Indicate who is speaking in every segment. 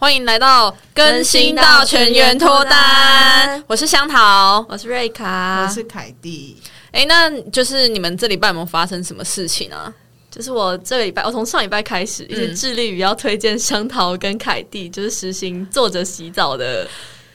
Speaker 1: 欢迎来到更新到全员脱单，我是香桃。
Speaker 2: 我是瑞卡，
Speaker 3: 我是凯蒂，
Speaker 1: 哎，那就是你们这礼拜有没有发生什么事情啊？
Speaker 2: 就是我这个礼拜，我从上礼拜开始一直致力于要推荐香桃跟凯蒂，就是实行坐着洗澡的。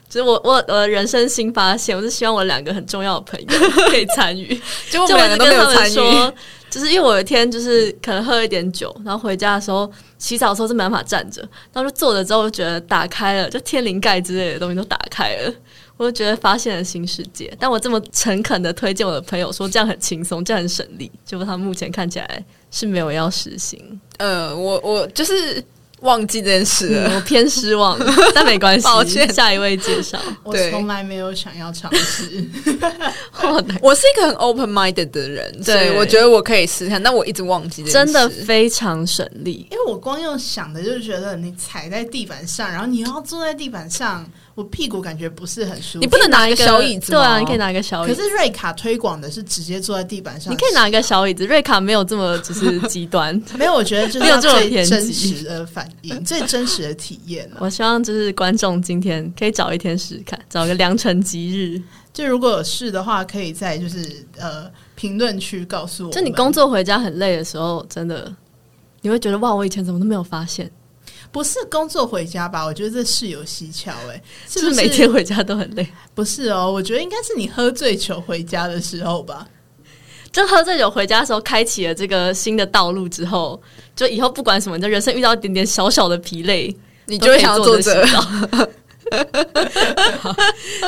Speaker 2: 就是我我我的人生新发现，我是希望我两个很重要的朋友可以参与。
Speaker 1: 结果我
Speaker 2: 就
Speaker 1: 们两个都没有参
Speaker 2: 就我就跟他们
Speaker 1: 与，
Speaker 2: 说，就是因为我有一天就是可能喝了一点酒，然后回家的时候洗澡的时候是没办法站着，然后就坐着之后就觉得打开了，就天灵盖之类的东西都打开了。我就觉得发现了新世界，但我这么诚恳的推荐我的朋友说这样很轻松，这样很省力，结果他目前看起来是没有要实行，
Speaker 1: 呃，我我就是忘记这件事了。
Speaker 2: 嗯我偏失望，但没关系，
Speaker 1: 啊 抱歉
Speaker 2: 下一位 介绍，
Speaker 3: 我
Speaker 1: 对
Speaker 3: 从来没有想要尝试，
Speaker 2: 好难
Speaker 1: 我是一个很 open minded 的人，所以
Speaker 2: 对
Speaker 1: 我觉得我可以试探，但我一直忘记这件
Speaker 2: 真
Speaker 1: 事
Speaker 2: 的非常省力，
Speaker 3: 因为我光用想的就觉得你踩在地板上，然后你要坐在地板上，我屁股感觉不是很舒服。
Speaker 1: 你不能拿一个小椅子
Speaker 2: 对
Speaker 1: 吗
Speaker 2: 啊，你可以拿一个小椅
Speaker 3: 可
Speaker 2: 子。
Speaker 3: 是瑞卡推广的是直接坐在地板上，
Speaker 2: 你可以拿一个小椅子，瑞卡没有这么就是极端。
Speaker 3: 没有？我觉得就是
Speaker 2: 没有
Speaker 3: 要
Speaker 2: 这种
Speaker 3: 最
Speaker 2: 偏
Speaker 3: 真
Speaker 2: 激
Speaker 3: 实的反应，最真实的体验了、
Speaker 2: 我希望就是观众今天可以找一天试试看，找个良辰吉日。
Speaker 3: 就如果有事的话，可以在就是呃评论区告诉我们。
Speaker 2: 就你工作回家很累的时候，真的你会觉得哇，我以前怎么都没有发现，
Speaker 3: 不是工作回家吧？我觉得这事有蹊跷哎、
Speaker 2: 是
Speaker 3: 不
Speaker 2: 不是
Speaker 3: 是
Speaker 2: 每天回家都很累？
Speaker 3: 不是哦？我觉得应该是你喝醉酒回家的时候吧。
Speaker 2: 就喝醉酒回家的时候，开启了这个新的道路之后，就以后不管什么，你的人生遇到一点点小小的疲累，
Speaker 1: 你就会想要坐
Speaker 2: 都可
Speaker 1: 着
Speaker 2: 以。洗 澡。好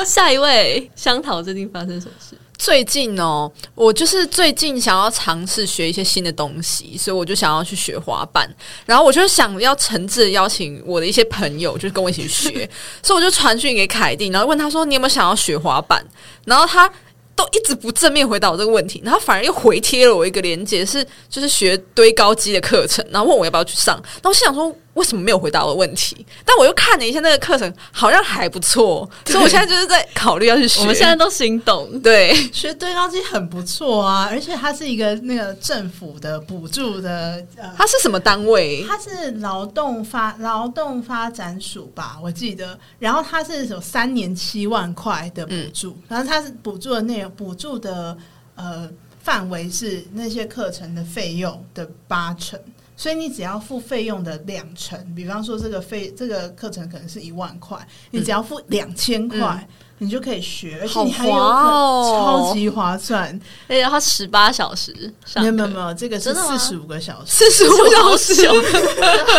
Speaker 2: 下一位，香桃最近发生什么事？
Speaker 1: 最近哦，我就是最近想要尝试学一些新的东西，所以我就想要去学滑板。然后我就想要诚挚地邀请我的一些朋友，就是跟我一起去 学，所以我就传讯给凯蒂，然后问他说：“你有没有想要学滑板？”然后他。都一直不正面回答我这个问题，然后反而又回贴了我一个链接，是就是学堆高机的课程，然后问我要不要去上。然后我心想说，为什么没有回答我的问题？但我又看了一下那个课程，好像还不错，所以我现在就是在考虑要去学。
Speaker 2: 我们现在都心动，
Speaker 1: 对，
Speaker 3: 学堆高机很不错啊，而且它是一个那个政府的补助的，呃，
Speaker 1: 它是什么单位？
Speaker 3: 它是劳动发劳动发展署吧，我记得。然后它是有三年七万块的补助，
Speaker 2: 嗯
Speaker 3: 然后它是补助的内容，补助的呃范围是那些课程的费用的八成。所以你只要付费用的两成，比方说这个费这个课程可能是一万块，
Speaker 2: 嗯
Speaker 3: 你只要付两千块，你就可以学，而且你还有可
Speaker 1: 好划哦
Speaker 3: 超级划算。
Speaker 2: 而且他十八小时上
Speaker 3: 没
Speaker 2: 课，
Speaker 3: 有没有没有，这个是
Speaker 2: 真的吗
Speaker 3: 四十五个小时。
Speaker 1: 四十五小时，
Speaker 2: 久，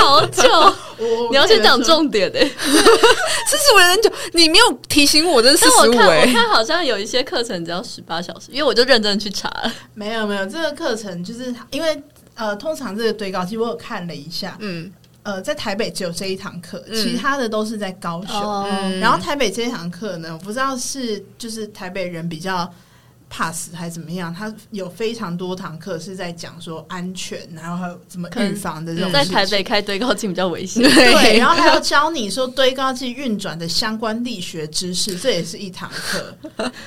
Speaker 2: 好 久。
Speaker 3: 我
Speaker 2: 你要先讲，重点欸的、
Speaker 1: 四十五人久，你没有提醒我，这是四
Speaker 2: 但我
Speaker 1: 十五
Speaker 2: 看我
Speaker 1: 哎。
Speaker 2: 看好像有一些课程只要十八小时，因为我就认真去查了。
Speaker 3: 没有没有，这个课程就是因为呃，通常这个堆高机我有看了一下，
Speaker 1: 嗯
Speaker 3: 呃，在台北只有这一堂课，
Speaker 1: 嗯
Speaker 3: 其他的都是在高雄。
Speaker 2: 哦，
Speaker 3: 然后台北这一堂课呢，我不知道是就是台北人比较怕死还是怎么样，他有非常多堂课是在讲说安全，然后还有怎么
Speaker 2: 可能
Speaker 3: 预防的这种
Speaker 2: 在
Speaker 3: 事
Speaker 2: 台
Speaker 3: 情
Speaker 2: 北开堆高机比较危险。
Speaker 1: 嗯
Speaker 3: 对，然后还要教你说堆高机运转的相关力学知识，这也是一堂课。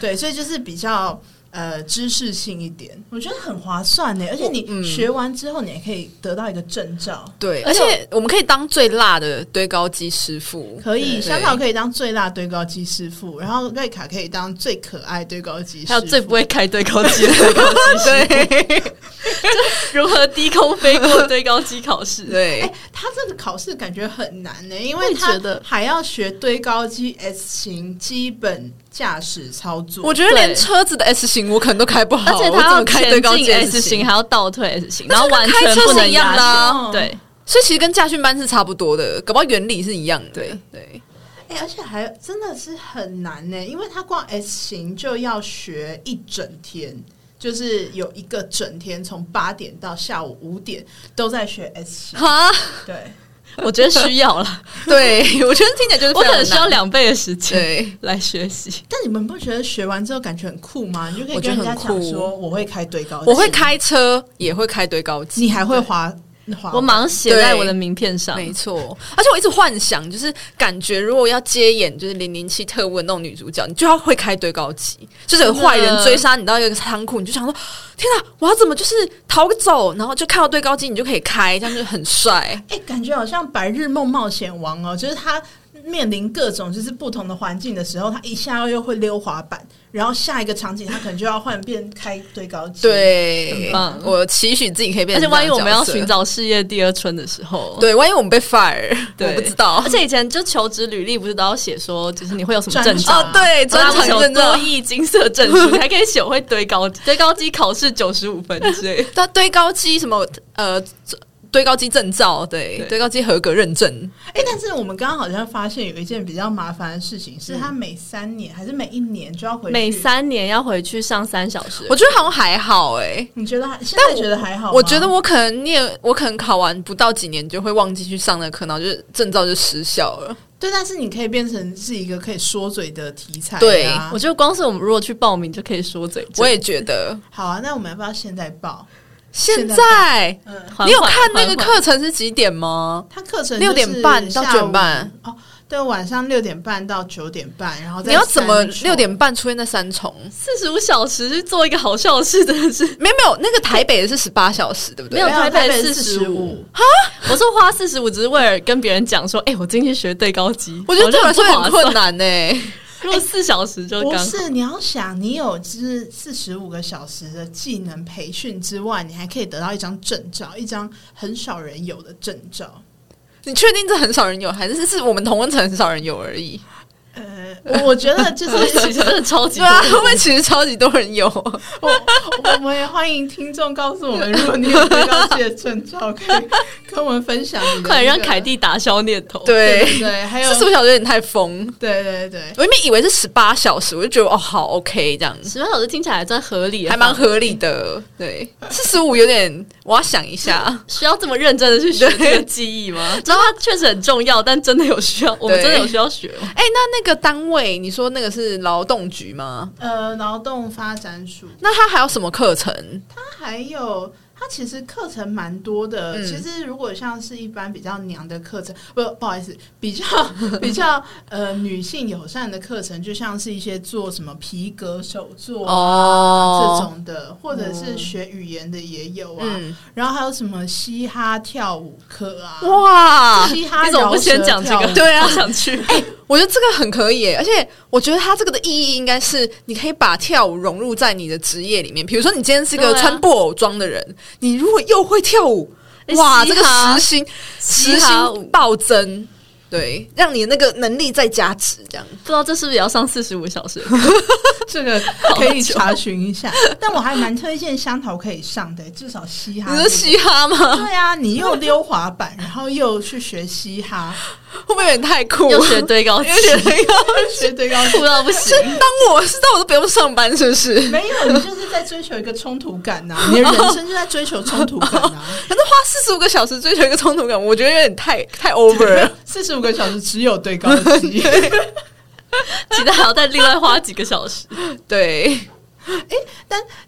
Speaker 3: 对，所以就是比较呃知识性一点，我觉得很划算呢。而且
Speaker 1: 嗯
Speaker 3: 你学完之后，你也可以得到一个证照，
Speaker 1: 对，而且我们可以当最辣的堆高机师傅，
Speaker 3: 可以
Speaker 1: 对
Speaker 3: 香草可以当最辣堆高机师傅，然后瑞卡可以当最可爱堆高机师傅，
Speaker 2: 还有最不会开堆高 机的堆高机师，
Speaker 1: 对
Speaker 2: 如何低空飞过堆高机考试？
Speaker 3: 哎、
Speaker 1: 对，
Speaker 3: 他这个考试感觉很难呢、因
Speaker 2: 我
Speaker 3: 为
Speaker 2: 也
Speaker 3: 他
Speaker 2: 觉得
Speaker 3: 还要学堆高机 S 型基本驾驶操作。
Speaker 1: 我觉得连
Speaker 2: 对
Speaker 1: 车子的 S 型我可能都开不好，
Speaker 2: 而且
Speaker 1: 我怎
Speaker 2: 他
Speaker 1: 么
Speaker 2: 要
Speaker 1: 开堆
Speaker 2: 前
Speaker 1: 高机
Speaker 2: 进 S 型，还要倒退 S 型，然后完
Speaker 1: 开
Speaker 2: 全
Speaker 1: 车
Speaker 2: 不
Speaker 1: 是
Speaker 2: 能
Speaker 1: 一样
Speaker 2: 压
Speaker 1: 的
Speaker 2: 线。
Speaker 1: 啊，
Speaker 3: 哦
Speaker 2: 对，
Speaker 1: 所以其实跟驾训班是差不多的，搞不好原理是一样的。对对，
Speaker 3: 哎、而且还真的是很难呢，因为他光 S 型就要学一整天，就是有一个整天从八点到下午五点都在学 S 型。
Speaker 1: 哈，
Speaker 3: 对，
Speaker 2: 我觉得需要了，
Speaker 1: 对我觉得听起来就是
Speaker 2: 我
Speaker 1: 非
Speaker 2: 可
Speaker 1: 常
Speaker 2: 能需要
Speaker 1: 难
Speaker 2: 两倍的时间
Speaker 1: 对。
Speaker 2: 来学习。
Speaker 3: 但你们不觉得学完之后感觉很酷吗？你就可以
Speaker 1: 我觉
Speaker 3: 跟
Speaker 1: 得
Speaker 3: 人家
Speaker 1: 很酷
Speaker 3: 讲说，我会开堆高机，
Speaker 1: 我会，开车，也会开堆高机，
Speaker 3: 你还会滑滑
Speaker 2: 我马上写在我的名片上。
Speaker 1: 没错，而且我一直幻想，就是感觉如果要接演就是零零七特务的那种女主角，你就要会开堆高机，就是有坏人追杀你到一个仓库，你就想说：天哪，我要怎么就是逃走？然后就看到堆高机，你就可以开，这样就很帅。
Speaker 3: 哎、感觉好像《白日梦冒险王》哦，就是他面临各种就是不同的环境的时候，他一下又会溜滑板，然后下一个场景他可能就要换变开堆高机。，
Speaker 1: 对
Speaker 2: 很棒，
Speaker 1: 我期许自己可以变
Speaker 2: 而且
Speaker 1: 成这
Speaker 2: 万
Speaker 1: 样的
Speaker 2: 一
Speaker 1: 角色。
Speaker 2: 我们要寻找事业第二春的时候，
Speaker 1: 对，万一 我们被 fire，
Speaker 2: 对，
Speaker 1: 我不知道
Speaker 2: 而。且以前就求职履历不是都要写说，就是你会有什么证照
Speaker 1: 哦
Speaker 2: 吗？，
Speaker 1: 对，专
Speaker 2: 专
Speaker 1: 场
Speaker 2: 长有
Speaker 1: 证照
Speaker 2: 多益金色证书，你还可以写会堆 高堆高机考试九十五分之类的。
Speaker 1: 它堆高机什么呃堆高机证照，对，
Speaker 2: 对
Speaker 1: 堆高机合格认证，
Speaker 3: 哎、但是我们刚刚好像发现有一件比较麻烦的事情，是他
Speaker 1: 嗯
Speaker 3: 每三年还是每一年就要回去
Speaker 2: 每，三年要回去上三小时，
Speaker 1: 我觉得好像还好哎、
Speaker 3: 你觉得还现
Speaker 1: 但
Speaker 3: 在
Speaker 1: 我
Speaker 3: 觉得还好吗
Speaker 1: 我觉得我可能念，我可能考完不到几年就会忘记去上那个课，然后就是证照就失效了。
Speaker 3: 对，但是你可以变成是一个可以说嘴的题材、啊。
Speaker 1: 对
Speaker 2: 我觉得光是我们如果去报名就可以说嘴，
Speaker 1: 我也觉得
Speaker 3: 好啊，那我们要不要现在报？
Speaker 1: 现
Speaker 3: 现在
Speaker 1: 在
Speaker 3: 嗯，
Speaker 2: 缓缓
Speaker 1: 你有看那个？
Speaker 2: 缓缓
Speaker 1: 课程是几点吗？
Speaker 3: 他课程
Speaker 1: 六点半
Speaker 3: 就是
Speaker 1: 到
Speaker 3: 下
Speaker 1: 九
Speaker 3: 午
Speaker 1: 点半
Speaker 3: 哦，对，晚上六点半到九点半，然后
Speaker 1: 你要怎么六
Speaker 3: 六
Speaker 1: 点半出现在三重？
Speaker 2: 四十五小时去做一个好笑的事，真的是。
Speaker 1: 没有没有，那个台北的是十八小时，对不对
Speaker 2: 没有？
Speaker 3: 台
Speaker 2: 台北
Speaker 3: 北
Speaker 2: 45
Speaker 3: 五？
Speaker 2: 我说花四十五，只是为了跟别人讲说，哎、我今天学对高级，
Speaker 1: 我觉得对我来说
Speaker 2: 好像
Speaker 1: 很
Speaker 2: 不划
Speaker 1: 困
Speaker 2: 算。
Speaker 1: 难呢、
Speaker 2: 如果四小时就
Speaker 3: 不
Speaker 2: 刚好，
Speaker 3: 是，你要想，你有就是四十五个小时的技能培训之外，你还可以得到一张证照，一张很少人有的证照。
Speaker 1: 你确定这很少人有，还是是我们同温层很少人有而已？
Speaker 3: 呃，我我觉得就
Speaker 2: 其实
Speaker 3: 是
Speaker 2: 真的超级
Speaker 1: 对啊，后面其实超级多人 有，
Speaker 3: 我，我们也欢迎听众告诉我们，如果你有最高级的证照，可以跟我们分享你的那个、
Speaker 2: 快点让凯蒂打消念头。，
Speaker 3: 对对
Speaker 1: 对，
Speaker 3: 对，还有
Speaker 1: 四十五小时有点太疯。
Speaker 3: 对对对，
Speaker 1: 我原本以为是十八小时，我就觉得哦，好 OK 这样子，
Speaker 2: 十八小时听起来还算合理，
Speaker 1: 还蛮。合理的。对，四十五有点，我要想一 下。
Speaker 2: 需要这么认真的去学这个技艺吗？知道它确实很重要，但真的有需要，我们真的有需要学吗？
Speaker 1: 哎、那那个单位，你说那个是劳动局吗？
Speaker 3: 呃，劳动发展署。
Speaker 1: 那他还有什么课程？
Speaker 3: 还有，它其实课程蛮多的。
Speaker 1: 嗯
Speaker 3: 其实如果像是一般比较娘的课程，不不好意思，比较比较呃女性友善的课程，就像是一些做什么皮革手作、
Speaker 2: 哦
Speaker 3: 啊这
Speaker 1: 哦，
Speaker 3: 种的，或者是学语言的也有啊。
Speaker 1: 嗯，
Speaker 3: 然后还有什么嘻哈跳舞课啊，
Speaker 1: 哇，
Speaker 3: 嘻哈
Speaker 2: 你怎么不
Speaker 3: 饶舌
Speaker 2: 先讲这
Speaker 3: 跳
Speaker 2: 个？
Speaker 3: 舞
Speaker 1: 对啊
Speaker 2: 好想去。
Speaker 1: 我觉得这个很可以耶，而且我觉得它这个的意义应该是，你可以把跳舞融入在你的职业里面。比如说，你今天是个
Speaker 2: 对啊
Speaker 1: 穿布偶装的人，你如果又会跳舞，
Speaker 2: 哎
Speaker 1: 哇，
Speaker 2: 嘻
Speaker 1: 这
Speaker 2: 哈
Speaker 1: 个时薪时
Speaker 2: 嘻哈舞
Speaker 1: 薪暴增，对，让你那个能力再加值，这样
Speaker 2: 不知道这是不是也要上四十五小时？
Speaker 3: 这个可以查询一下。但我还蛮推荐香桃可以上的，至少嘻哈
Speaker 1: 你说
Speaker 3: 这个。
Speaker 1: 嘻哈吗？
Speaker 3: 对啊，你又溜滑板，然后又去学 嘻哈，
Speaker 1: 会不会有点太酷？
Speaker 2: 又学堆高级，
Speaker 1: 又学那个，
Speaker 3: 学对高
Speaker 2: 酷到不行
Speaker 1: 是。当我是当我都不用上班，是不是？
Speaker 3: 没有，你就是在追求一个冲突感呐、你的人生就在追求冲突感啊 呐、
Speaker 1: 可是花四十五个小时追求一个冲突感，我觉得有点太太 over 了。
Speaker 3: 四十五个小时只有对高级。
Speaker 2: 期待还要再另外花几个小时。
Speaker 1: 对，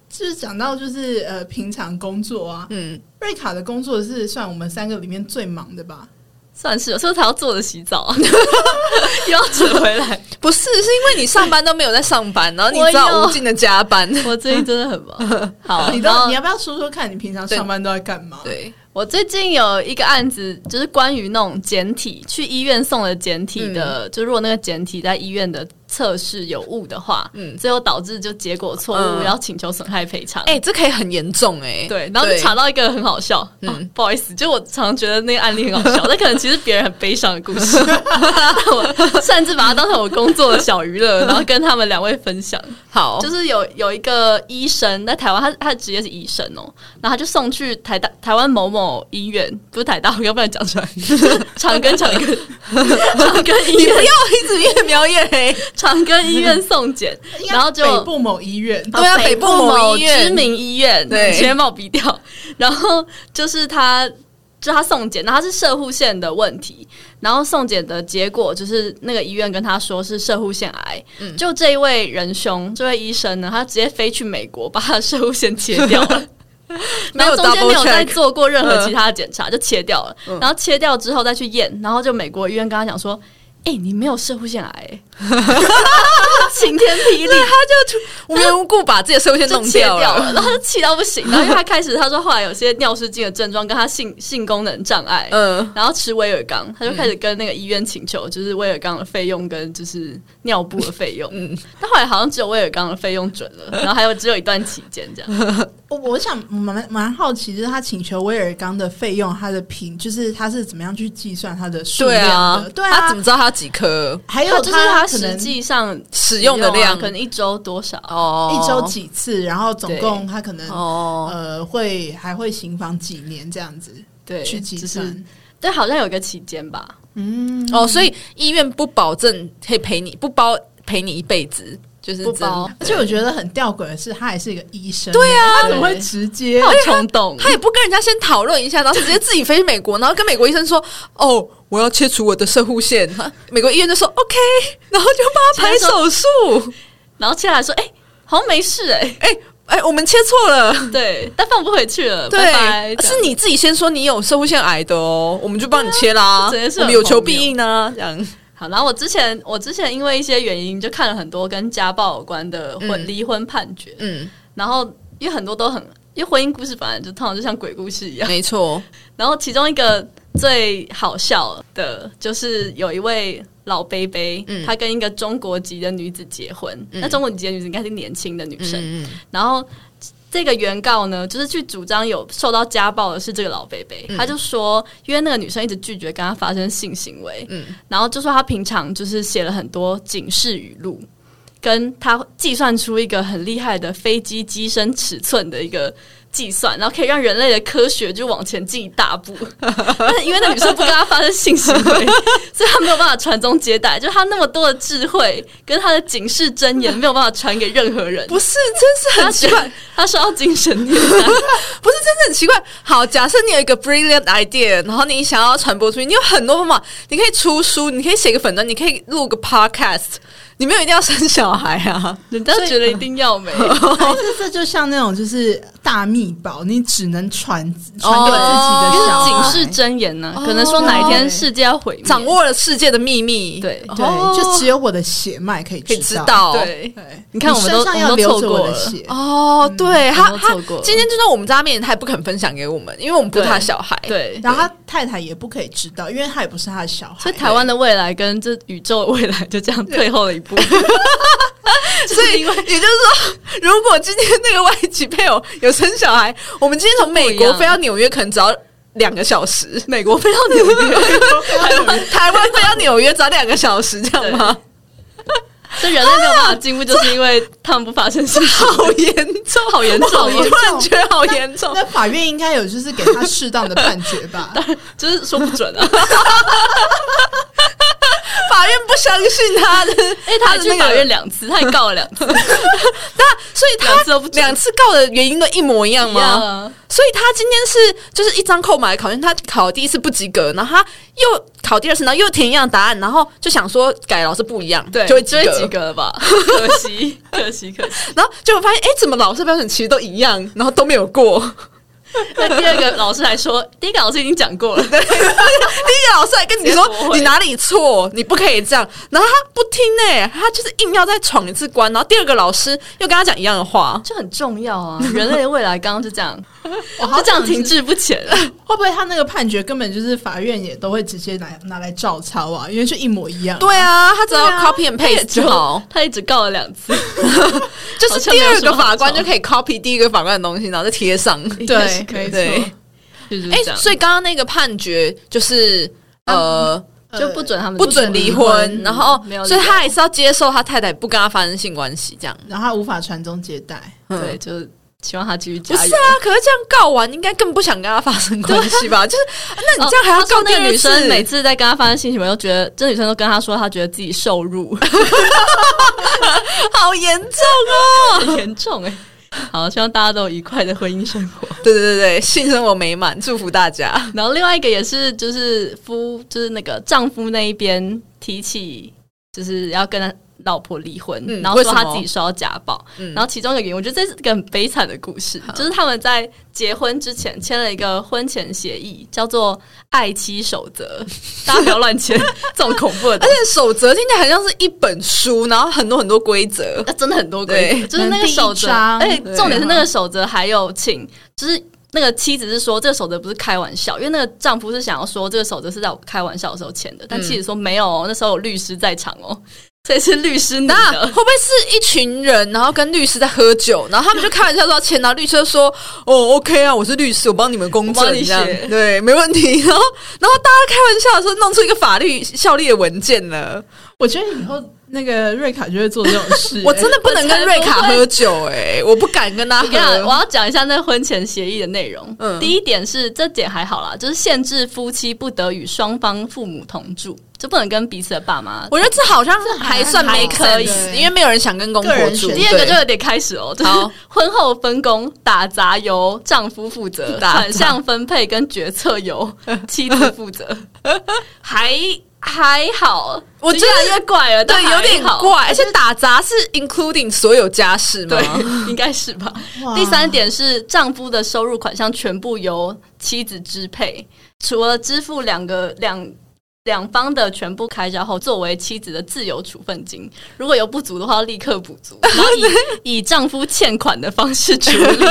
Speaker 3: 就是讲到就是呃，平常工作啊，
Speaker 1: 嗯，
Speaker 3: 瑞卡的工作是算我们三个里面最忙的吧？
Speaker 2: 算是，所以我才要坐着洗澡啊， 又要折回来。
Speaker 1: 不是，是因为你上班都没有在上班，然后你
Speaker 2: 我
Speaker 1: 知道
Speaker 2: 有
Speaker 1: 无尽的加班。
Speaker 2: 我最近真的很忙。好，
Speaker 3: 你
Speaker 2: 然
Speaker 3: 到
Speaker 2: 后
Speaker 3: 你要不要说说看你平常上班都在干嘛？
Speaker 1: 对，
Speaker 2: 我最近有一个案子，就是关于那种简体去医院送的简体的，就如果那个简体在医院的测试有误的话，
Speaker 1: 嗯
Speaker 2: 嗯，最后导致就结果错误，
Speaker 1: 嗯
Speaker 2: 要请求损害赔偿。
Speaker 1: 哎、这可以很严重哎、
Speaker 2: 对，然后就查到一个很好笑，嗯、不好意思，就我常觉得那个案例很好笑，但可能其实别人很悲伤的故 事，我甚至把它当成我工作的小娱乐，然后跟他们两位分享。
Speaker 1: 好，
Speaker 2: 就是是有有一个医生在台湾，他他的职业是医生哦、然后他就送去台大台湾某某医院，不是台大，我要不然讲出来， 长庚长庚 长庚医
Speaker 1: 你不
Speaker 2: 院
Speaker 1: 要一直越描越黑。
Speaker 2: 长庚医院送 检，
Speaker 3: 应该
Speaker 2: 然后就
Speaker 3: 北部某医院，
Speaker 1: 对啊北
Speaker 2: 北
Speaker 1: 部某
Speaker 2: 某
Speaker 1: 医院
Speaker 2: 知名医院，
Speaker 1: 对
Speaker 2: 先把我逼掉。然后就是他，就他送检，那他是射护腺的问题，然后送检的结果就是那个医院跟他说是射护腺癌。
Speaker 1: 嗯
Speaker 2: 就这一位仁兄，这位医生呢，他直接飞去美国把他的射护腺切掉了。
Speaker 1: 没
Speaker 2: 然
Speaker 1: 有
Speaker 2: 后中间
Speaker 1: double
Speaker 2: 没有再
Speaker 1: check 嗯
Speaker 2: 做过任何其他的检查，就切掉了。然后切掉之后再去验，然后就美国医院跟他讲说：“哎、你没有射护腺癌、欸。” 晴天霹雳，
Speaker 1: 无缘无故把自己的射线
Speaker 2: 就
Speaker 1: 弄
Speaker 2: 切掉
Speaker 1: 了。
Speaker 2: 了，然后就气到不行。然后因为他开始他说后来有些尿失禁的症状跟他性性功能障碍，
Speaker 1: 嗯，
Speaker 2: 然后吃威尔刚，他就开始跟那个医院请求，就是威尔刚的费用跟就是尿布的费用。嗯， 但后来好像只有威尔刚的费用准了，然后还有只有一段期间这样。
Speaker 3: 我我想蛮蛮好奇，就是他请求威尔刚的费用，他的品就是他是怎么样去计算他的数
Speaker 1: 对
Speaker 3: 量
Speaker 1: 啊
Speaker 3: 的？，对啊，
Speaker 1: 他怎么知道他几颗
Speaker 3: 还有
Speaker 2: 他就是他
Speaker 3: 可
Speaker 2: 实
Speaker 3: 能
Speaker 2: 际上
Speaker 1: 使用的量
Speaker 2: 啊可能一周多少？啊
Speaker 1: 哦
Speaker 3: 一周几次，然后总共他可能
Speaker 1: 哦，
Speaker 3: 呃会还会行房几年这样子
Speaker 2: 对，
Speaker 3: 去计
Speaker 2: 就是
Speaker 3: 算。
Speaker 2: 对，好像有一个期间吧。
Speaker 3: 嗯，
Speaker 1: 哦，所以医院不保证可以陪你，不包陪你一辈子，就是
Speaker 2: 不
Speaker 1: 真
Speaker 2: 包
Speaker 1: 的
Speaker 3: 而且我觉得很吊诡的是，他还是一个医生，对
Speaker 1: 哦啊
Speaker 3: 他怎么会直接
Speaker 2: 好冲动，
Speaker 1: 他也不跟人家先讨论一下，然后直接自己飞去美国，然后跟美国医生说：“哦，我要切除我的射护线。” 美国医院就说 “OK”，然后就帮他排手术。
Speaker 2: 然后接下来说：“哎、好像没事哎、
Speaker 1: 哎哎、我们切错了，
Speaker 2: 对，但放不回去了，
Speaker 1: 对，啊
Speaker 2: 拜拜。这样”
Speaker 1: 是你自己先说你有射护腺癌的哦，我们就帮你切啦，
Speaker 2: 对啊这真的是
Speaker 1: 我
Speaker 2: 很
Speaker 1: 们有求必应啊，这样。
Speaker 2: 好，然后我之前我之前因为一些原因，就看了很多跟家暴有关的婚
Speaker 1: 嗯
Speaker 2: 离婚判决，
Speaker 1: 嗯，
Speaker 2: 然后因为很多都很，因为婚姻故事本来就通常就像鬼故事一样，
Speaker 1: 没错，
Speaker 2: 然后其中一个最好笑的就是有一位老伯伯，
Speaker 1: 嗯
Speaker 2: 他跟一个中国籍的女子结婚，
Speaker 1: 嗯
Speaker 2: 那中国籍的女子应该是年轻的女生，
Speaker 1: 嗯
Speaker 2: 然后这个原告呢，就是去主张有受到家暴的是这个老贝贝，他就说，因为那个女生一直拒绝跟他发生性行为，
Speaker 1: 嗯
Speaker 2: 然后就说他平常就是写了很多警示语录。跟他计算出一个很厉害的飞机机身尺寸的一个计算，然后可以让人类的科学就往前进一大步。但是因为那女生不跟他发生性行为， 所以他没有办法传宗接代，就是他那么多的智慧跟他的警示箴言没有办法传给任何人。
Speaker 1: 不是，真是很奇怪，
Speaker 2: 他受到精神虐待，
Speaker 1: 不是，真的很奇怪。好，假设你有一个 brilliant idea，然后你想要传播出去，你有很多方法，你可以出书，你可以写个粉专，你可以录个 podcast，你没有一定要生小孩 啊。
Speaker 2: 人家觉得一定 要没，
Speaker 1: 哦
Speaker 3: 还是这就像那种就是大密宝，你只能传传给自
Speaker 1: 哦
Speaker 3: 己的小
Speaker 2: 警
Speaker 3: 孩。
Speaker 2: 示箴言呢、
Speaker 1: 哦
Speaker 2: 可能说哪一天世界要毁灭，
Speaker 1: 掌握了世界的秘密，
Speaker 2: 对
Speaker 1: 哦
Speaker 3: 对，就只有我的血脉可以
Speaker 1: 可以
Speaker 3: 知
Speaker 1: 知
Speaker 3: 道。
Speaker 1: 道。
Speaker 2: 对。
Speaker 3: 对，
Speaker 2: 你看我们都
Speaker 3: 身上
Speaker 2: 我们
Speaker 3: 要
Speaker 2: 都
Speaker 3: 流
Speaker 2: 错
Speaker 3: 着
Speaker 2: 过
Speaker 3: 我的
Speaker 2: 了
Speaker 3: 血。
Speaker 1: 哦，对
Speaker 2: 嗯
Speaker 1: 他
Speaker 2: 我都
Speaker 1: 他
Speaker 2: 错过了
Speaker 1: 今天就算我们在他面前，他也不肯分享给我们，因为我们不是
Speaker 2: 对
Speaker 1: 他小孩。，
Speaker 2: 对，
Speaker 3: 然后他太太也不可以知道，因为他也不是他的小孩。
Speaker 2: 所以台湾的未来跟这宇宙的未来就这样退后了 一步。
Speaker 1: 所以也就是说，如果今天那个外籍配偶 有生小孩，我们今天从美
Speaker 2: 就不一
Speaker 1: 国
Speaker 2: 样
Speaker 1: 飞到纽约，可能只要两个小时。
Speaker 2: 美国飞到纽约，
Speaker 1: 台湾 台湾飞到纽约只要两个小时，这样吗？
Speaker 2: 所以人类没有办法进步，就是因为他们不发生性行
Speaker 1: 好严重，好严
Speaker 2: 重
Speaker 1: 我
Speaker 2: 好严
Speaker 1: 突然觉得好严重。
Speaker 3: 那法院应该有就是给他适当的判决 吧？
Speaker 2: 为， 就是说不准 啊。
Speaker 1: 法院不相信他的，
Speaker 2: 哎，他还去法院两次，他也告了两次，
Speaker 1: 他所以他
Speaker 2: 两次都不准
Speaker 1: 两次告的原因都一模一样
Speaker 2: 一
Speaker 1: 吗？
Speaker 2: 样啊
Speaker 1: 所以他今天是就是一张扣码的考卷，他考第一次不及格，然后他又考第二次，然后又填一样答案，然后就想说改老师不一样，
Speaker 2: 对，
Speaker 1: 就会及
Speaker 2: 就会
Speaker 1: 格
Speaker 2: 及格了吧？ 可惜，可惜，可惜。
Speaker 1: 然后结果发现，哎、怎么老师标准其实都一样，然后都没有过。
Speaker 2: 那第二个老师还说，第一个老师已经讲过了，
Speaker 1: 对，第一个老师还跟你
Speaker 2: 直接驳
Speaker 1: 说
Speaker 2: 回
Speaker 1: 你哪里错，你不可以这样，然后他不听哎、他就是硬要再闯一次关，然后第二个老师又跟他讲一样的话，
Speaker 2: 这很重要啊！人类的未来刚刚就这样，
Speaker 3: 我好
Speaker 2: 就这样
Speaker 3: 想知
Speaker 2: 停滞不前。
Speaker 3: 会不会他那个判决根本就是法院也都会直接拿拿来照抄啊？因为就一模一 样。
Speaker 1: 对啊，他只要
Speaker 3: 对啊
Speaker 1: copy and paste 就好，
Speaker 2: 他也只告了两 次，
Speaker 1: 就是第二个法官
Speaker 2: 好像没有什么好
Speaker 1: 就可以 copy 第一个法官的东西，然后再贴上。
Speaker 2: 应该是可以
Speaker 3: 没
Speaker 1: 对
Speaker 3: 错，
Speaker 2: 就是
Speaker 1: 哎、
Speaker 2: 这样，
Speaker 1: 所以刚刚那个判决就是呃。
Speaker 3: 呃
Speaker 2: 就不准他们
Speaker 1: 不准离婚，
Speaker 2: 嗯
Speaker 1: 然后
Speaker 2: 没有理
Speaker 1: 所
Speaker 2: 由，
Speaker 1: 以他还是要接受他太太不跟他发生性关系，这样
Speaker 3: 然后他无法传宗接代。
Speaker 1: 嗯
Speaker 2: 对，就希望他继续
Speaker 1: 不
Speaker 2: 加
Speaker 1: 是
Speaker 2: 油。
Speaker 1: 啊？可是这样告完，应该更不想跟他发生关系吧？就是，那你这样还要
Speaker 2: 哦他
Speaker 1: 告
Speaker 2: 说
Speaker 1: 第
Speaker 2: 那个
Speaker 1: 二
Speaker 2: 女生，
Speaker 1: 次？
Speaker 2: 每次在跟他发生性行为，都觉得这女生都跟他说，她觉得自己受 辱，
Speaker 1: 好严重哦！
Speaker 2: 很严重哎、好，希望大家都有愉快的婚姻生活。
Speaker 1: 对对对对，性生活美满，祝福大家。
Speaker 2: 然后另外一个也是，就是夫，就是那个丈夫那一边提起，就是要跟他老婆离婚，
Speaker 1: 嗯
Speaker 2: 然后说
Speaker 1: 为什
Speaker 2: 他
Speaker 1: 么
Speaker 2: 自己受到家暴，
Speaker 1: 嗯
Speaker 2: 然后其中一个原因，我觉得这是个很悲惨的故事，就是他们在结婚之前签了一个婚前协议，叫做“爱妻守则”，大家不要 乱签这种恐怖的东
Speaker 1: 而
Speaker 2: 西。
Speaker 1: 且守则听起来很像是一本书，然后很多很多规则。
Speaker 2: 那真的很多规
Speaker 1: 对
Speaker 2: 则，就是那个守
Speaker 3: 可能第
Speaker 2: 则，
Speaker 3: 一章
Speaker 2: 而且
Speaker 1: 对
Speaker 2: 重点是那个守则还有请，就是那个妻子是说这个守则不是开玩笑，因为那个丈夫是想要说这个守则是在我开玩笑的时候签的，但
Speaker 1: 嗯
Speaker 2: 妻子说没有哦，那时候有律师在场哦， 所以是律师拟
Speaker 1: 那
Speaker 2: 的
Speaker 1: 啊会。不会是一群人，然后跟律师在喝酒，然后他们就开玩笑说要 签，然后律师就说：“哦，OK 啊，我是律师，我帮你们公
Speaker 2: 我帮
Speaker 1: 证
Speaker 2: 你
Speaker 1: 这样
Speaker 2: 写，
Speaker 1: 对，没问题。” 然后，然后大家开玩笑的时候弄出一个法律效力的文件了。
Speaker 3: 我觉得以后那个瑞卡就会做这种事、 欸
Speaker 1: 我真的不能跟瑞卡
Speaker 2: 我才不会
Speaker 1: 喝酒、哎，我不敢跟他
Speaker 2: 我跟你讲，我
Speaker 1: 喝。
Speaker 2: 要讲一下那婚前协议的内容。
Speaker 1: 嗯
Speaker 2: 第一点是这点还好啦，就是限制夫妻不得与双方父母同住，就不能跟彼此的爸妈。
Speaker 1: 我觉得这好像
Speaker 3: 这
Speaker 1: 还
Speaker 3: 还
Speaker 1: 算
Speaker 3: 还
Speaker 1: make
Speaker 2: 可以
Speaker 1: sense，因为没有人想跟公婆住。
Speaker 3: 个人选择
Speaker 2: 第二个
Speaker 1: 对
Speaker 2: 就有点开始哦，就是
Speaker 1: 好
Speaker 2: 婚后分工打杂由丈夫负责，
Speaker 1: 打杂
Speaker 2: 款项分配跟决策由妻子负 责，还还好，
Speaker 1: 我
Speaker 2: 就
Speaker 1: 觉得
Speaker 2: 越来越怪了，但
Speaker 1: 对，有
Speaker 2: 还
Speaker 1: 点
Speaker 2: 好，
Speaker 1: 怪，而且打杂是 including 所有家事吗？
Speaker 2: 对，应该是吧。
Speaker 3: 哇
Speaker 2: 第三点是丈夫的收入款项全部由妻子支配，除了支付两个两。两方的全部开销后，作为妻子的自由处分金，如果有不足的话，立刻补 足，然后以以丈夫欠款的方式 处理。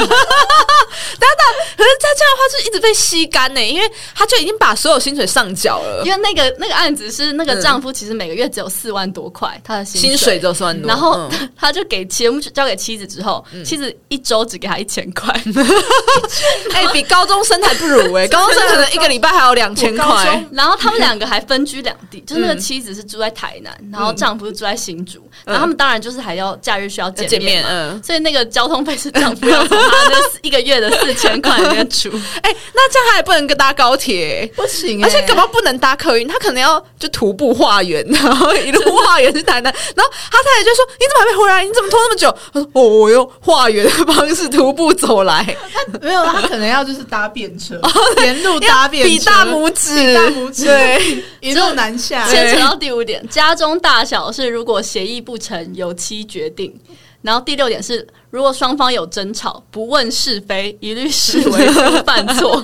Speaker 1: 可是他这样的话，就一直被吸干呢、欸因为他就已经把所有薪水上缴了，
Speaker 2: 因为那个那个案子是那个
Speaker 1: 嗯
Speaker 2: 丈夫其实每个月只有四万多块，他的薪
Speaker 1: 薪水就算多。
Speaker 2: 然后
Speaker 1: 嗯
Speaker 2: 他就给节目交给妻子之后，妻子一周只给他一千块，
Speaker 1: 哎、比高中生还不如哎、高中生可能一个礼拜还有两千
Speaker 3: 我高
Speaker 1: 块
Speaker 3: 中。
Speaker 2: 然后他们两个还分居两地，就是那个
Speaker 1: 嗯
Speaker 2: 妻子是住在台南，然后丈夫是住在新竹，然后他们当然就是还要假日需要见
Speaker 1: 见面
Speaker 2: 嘛
Speaker 1: 嗯
Speaker 2: 所以那个交通费是丈夫要从他那一个月的四千块里面出，
Speaker 1: 哎、那这样他也不能跟搭高铁、
Speaker 3: 不行、欸，
Speaker 1: 而且干嘛不能搭客运？他可能要就徒步化缘，然后一路化缘去台南。 然后他太太就说：“你怎么还没回来？你怎么拖那么久？”他说：“哦，我用化缘的方式徒步走来，
Speaker 3: 没有，他可能要就是搭便车，
Speaker 2: 哦
Speaker 3: 沿路搭便车，
Speaker 1: 比大拇指，
Speaker 3: 比大拇指
Speaker 1: 对。”
Speaker 3: 一路南下， 哎
Speaker 1: 对
Speaker 2: 牵扯到第五点，家中大小是如果协议不成，由妻决定。然后第六点是，如果双方有争吵，不问是非，一律视为夫犯 错，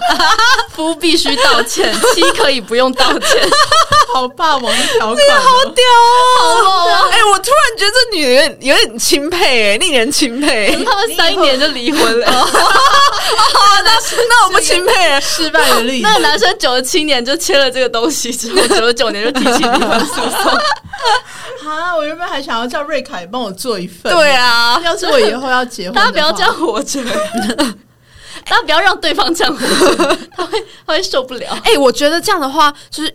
Speaker 2: 夫必须道歉，妻可以不用道歉。
Speaker 3: 好霸王条款哦、
Speaker 1: 屌
Speaker 2: 好猛
Speaker 1: 哦
Speaker 2: 哦！
Speaker 1: 哎、我突然觉得这女人有点钦佩、哎，令人钦 佩。
Speaker 2: 他们三年就离婚了。
Speaker 1: 啊，那那我不钦佩、哎
Speaker 3: 失败的例子
Speaker 2: 那。个男生九十七年就签了这个东西之后，九十九年就提起 离婚诉讼。
Speaker 3: 哈，我原本还想要叫瑞凯帮我做一份，
Speaker 1: 对，啊，
Speaker 3: 要是我以后要结婚，
Speaker 2: 大家不要这样，活 着，大家不要让对方这样活着，他会他会受不了。
Speaker 1: 哎、我觉得这样的话就是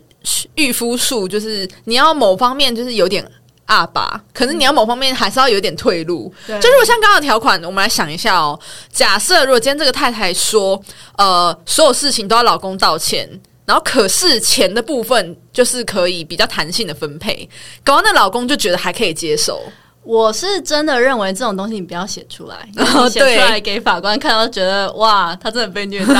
Speaker 1: 御夫术，就是你要某方面就是有点。啊吧，可是你要某方面还是要有点退路。
Speaker 3: 对
Speaker 1: 就如果像刚刚的条款，我们来想一下哦。假设如果今天这个太太说，呃，所有事情都要老公道歉，然后可是钱的部分就是可以比较弹性的分配，搞到那老公就觉得还可以接受。
Speaker 2: 我是真的认为这种东西你不要写出 来，你
Speaker 1: 哦
Speaker 2: 写出来给法官看到，觉得哇，他真的被 虐待。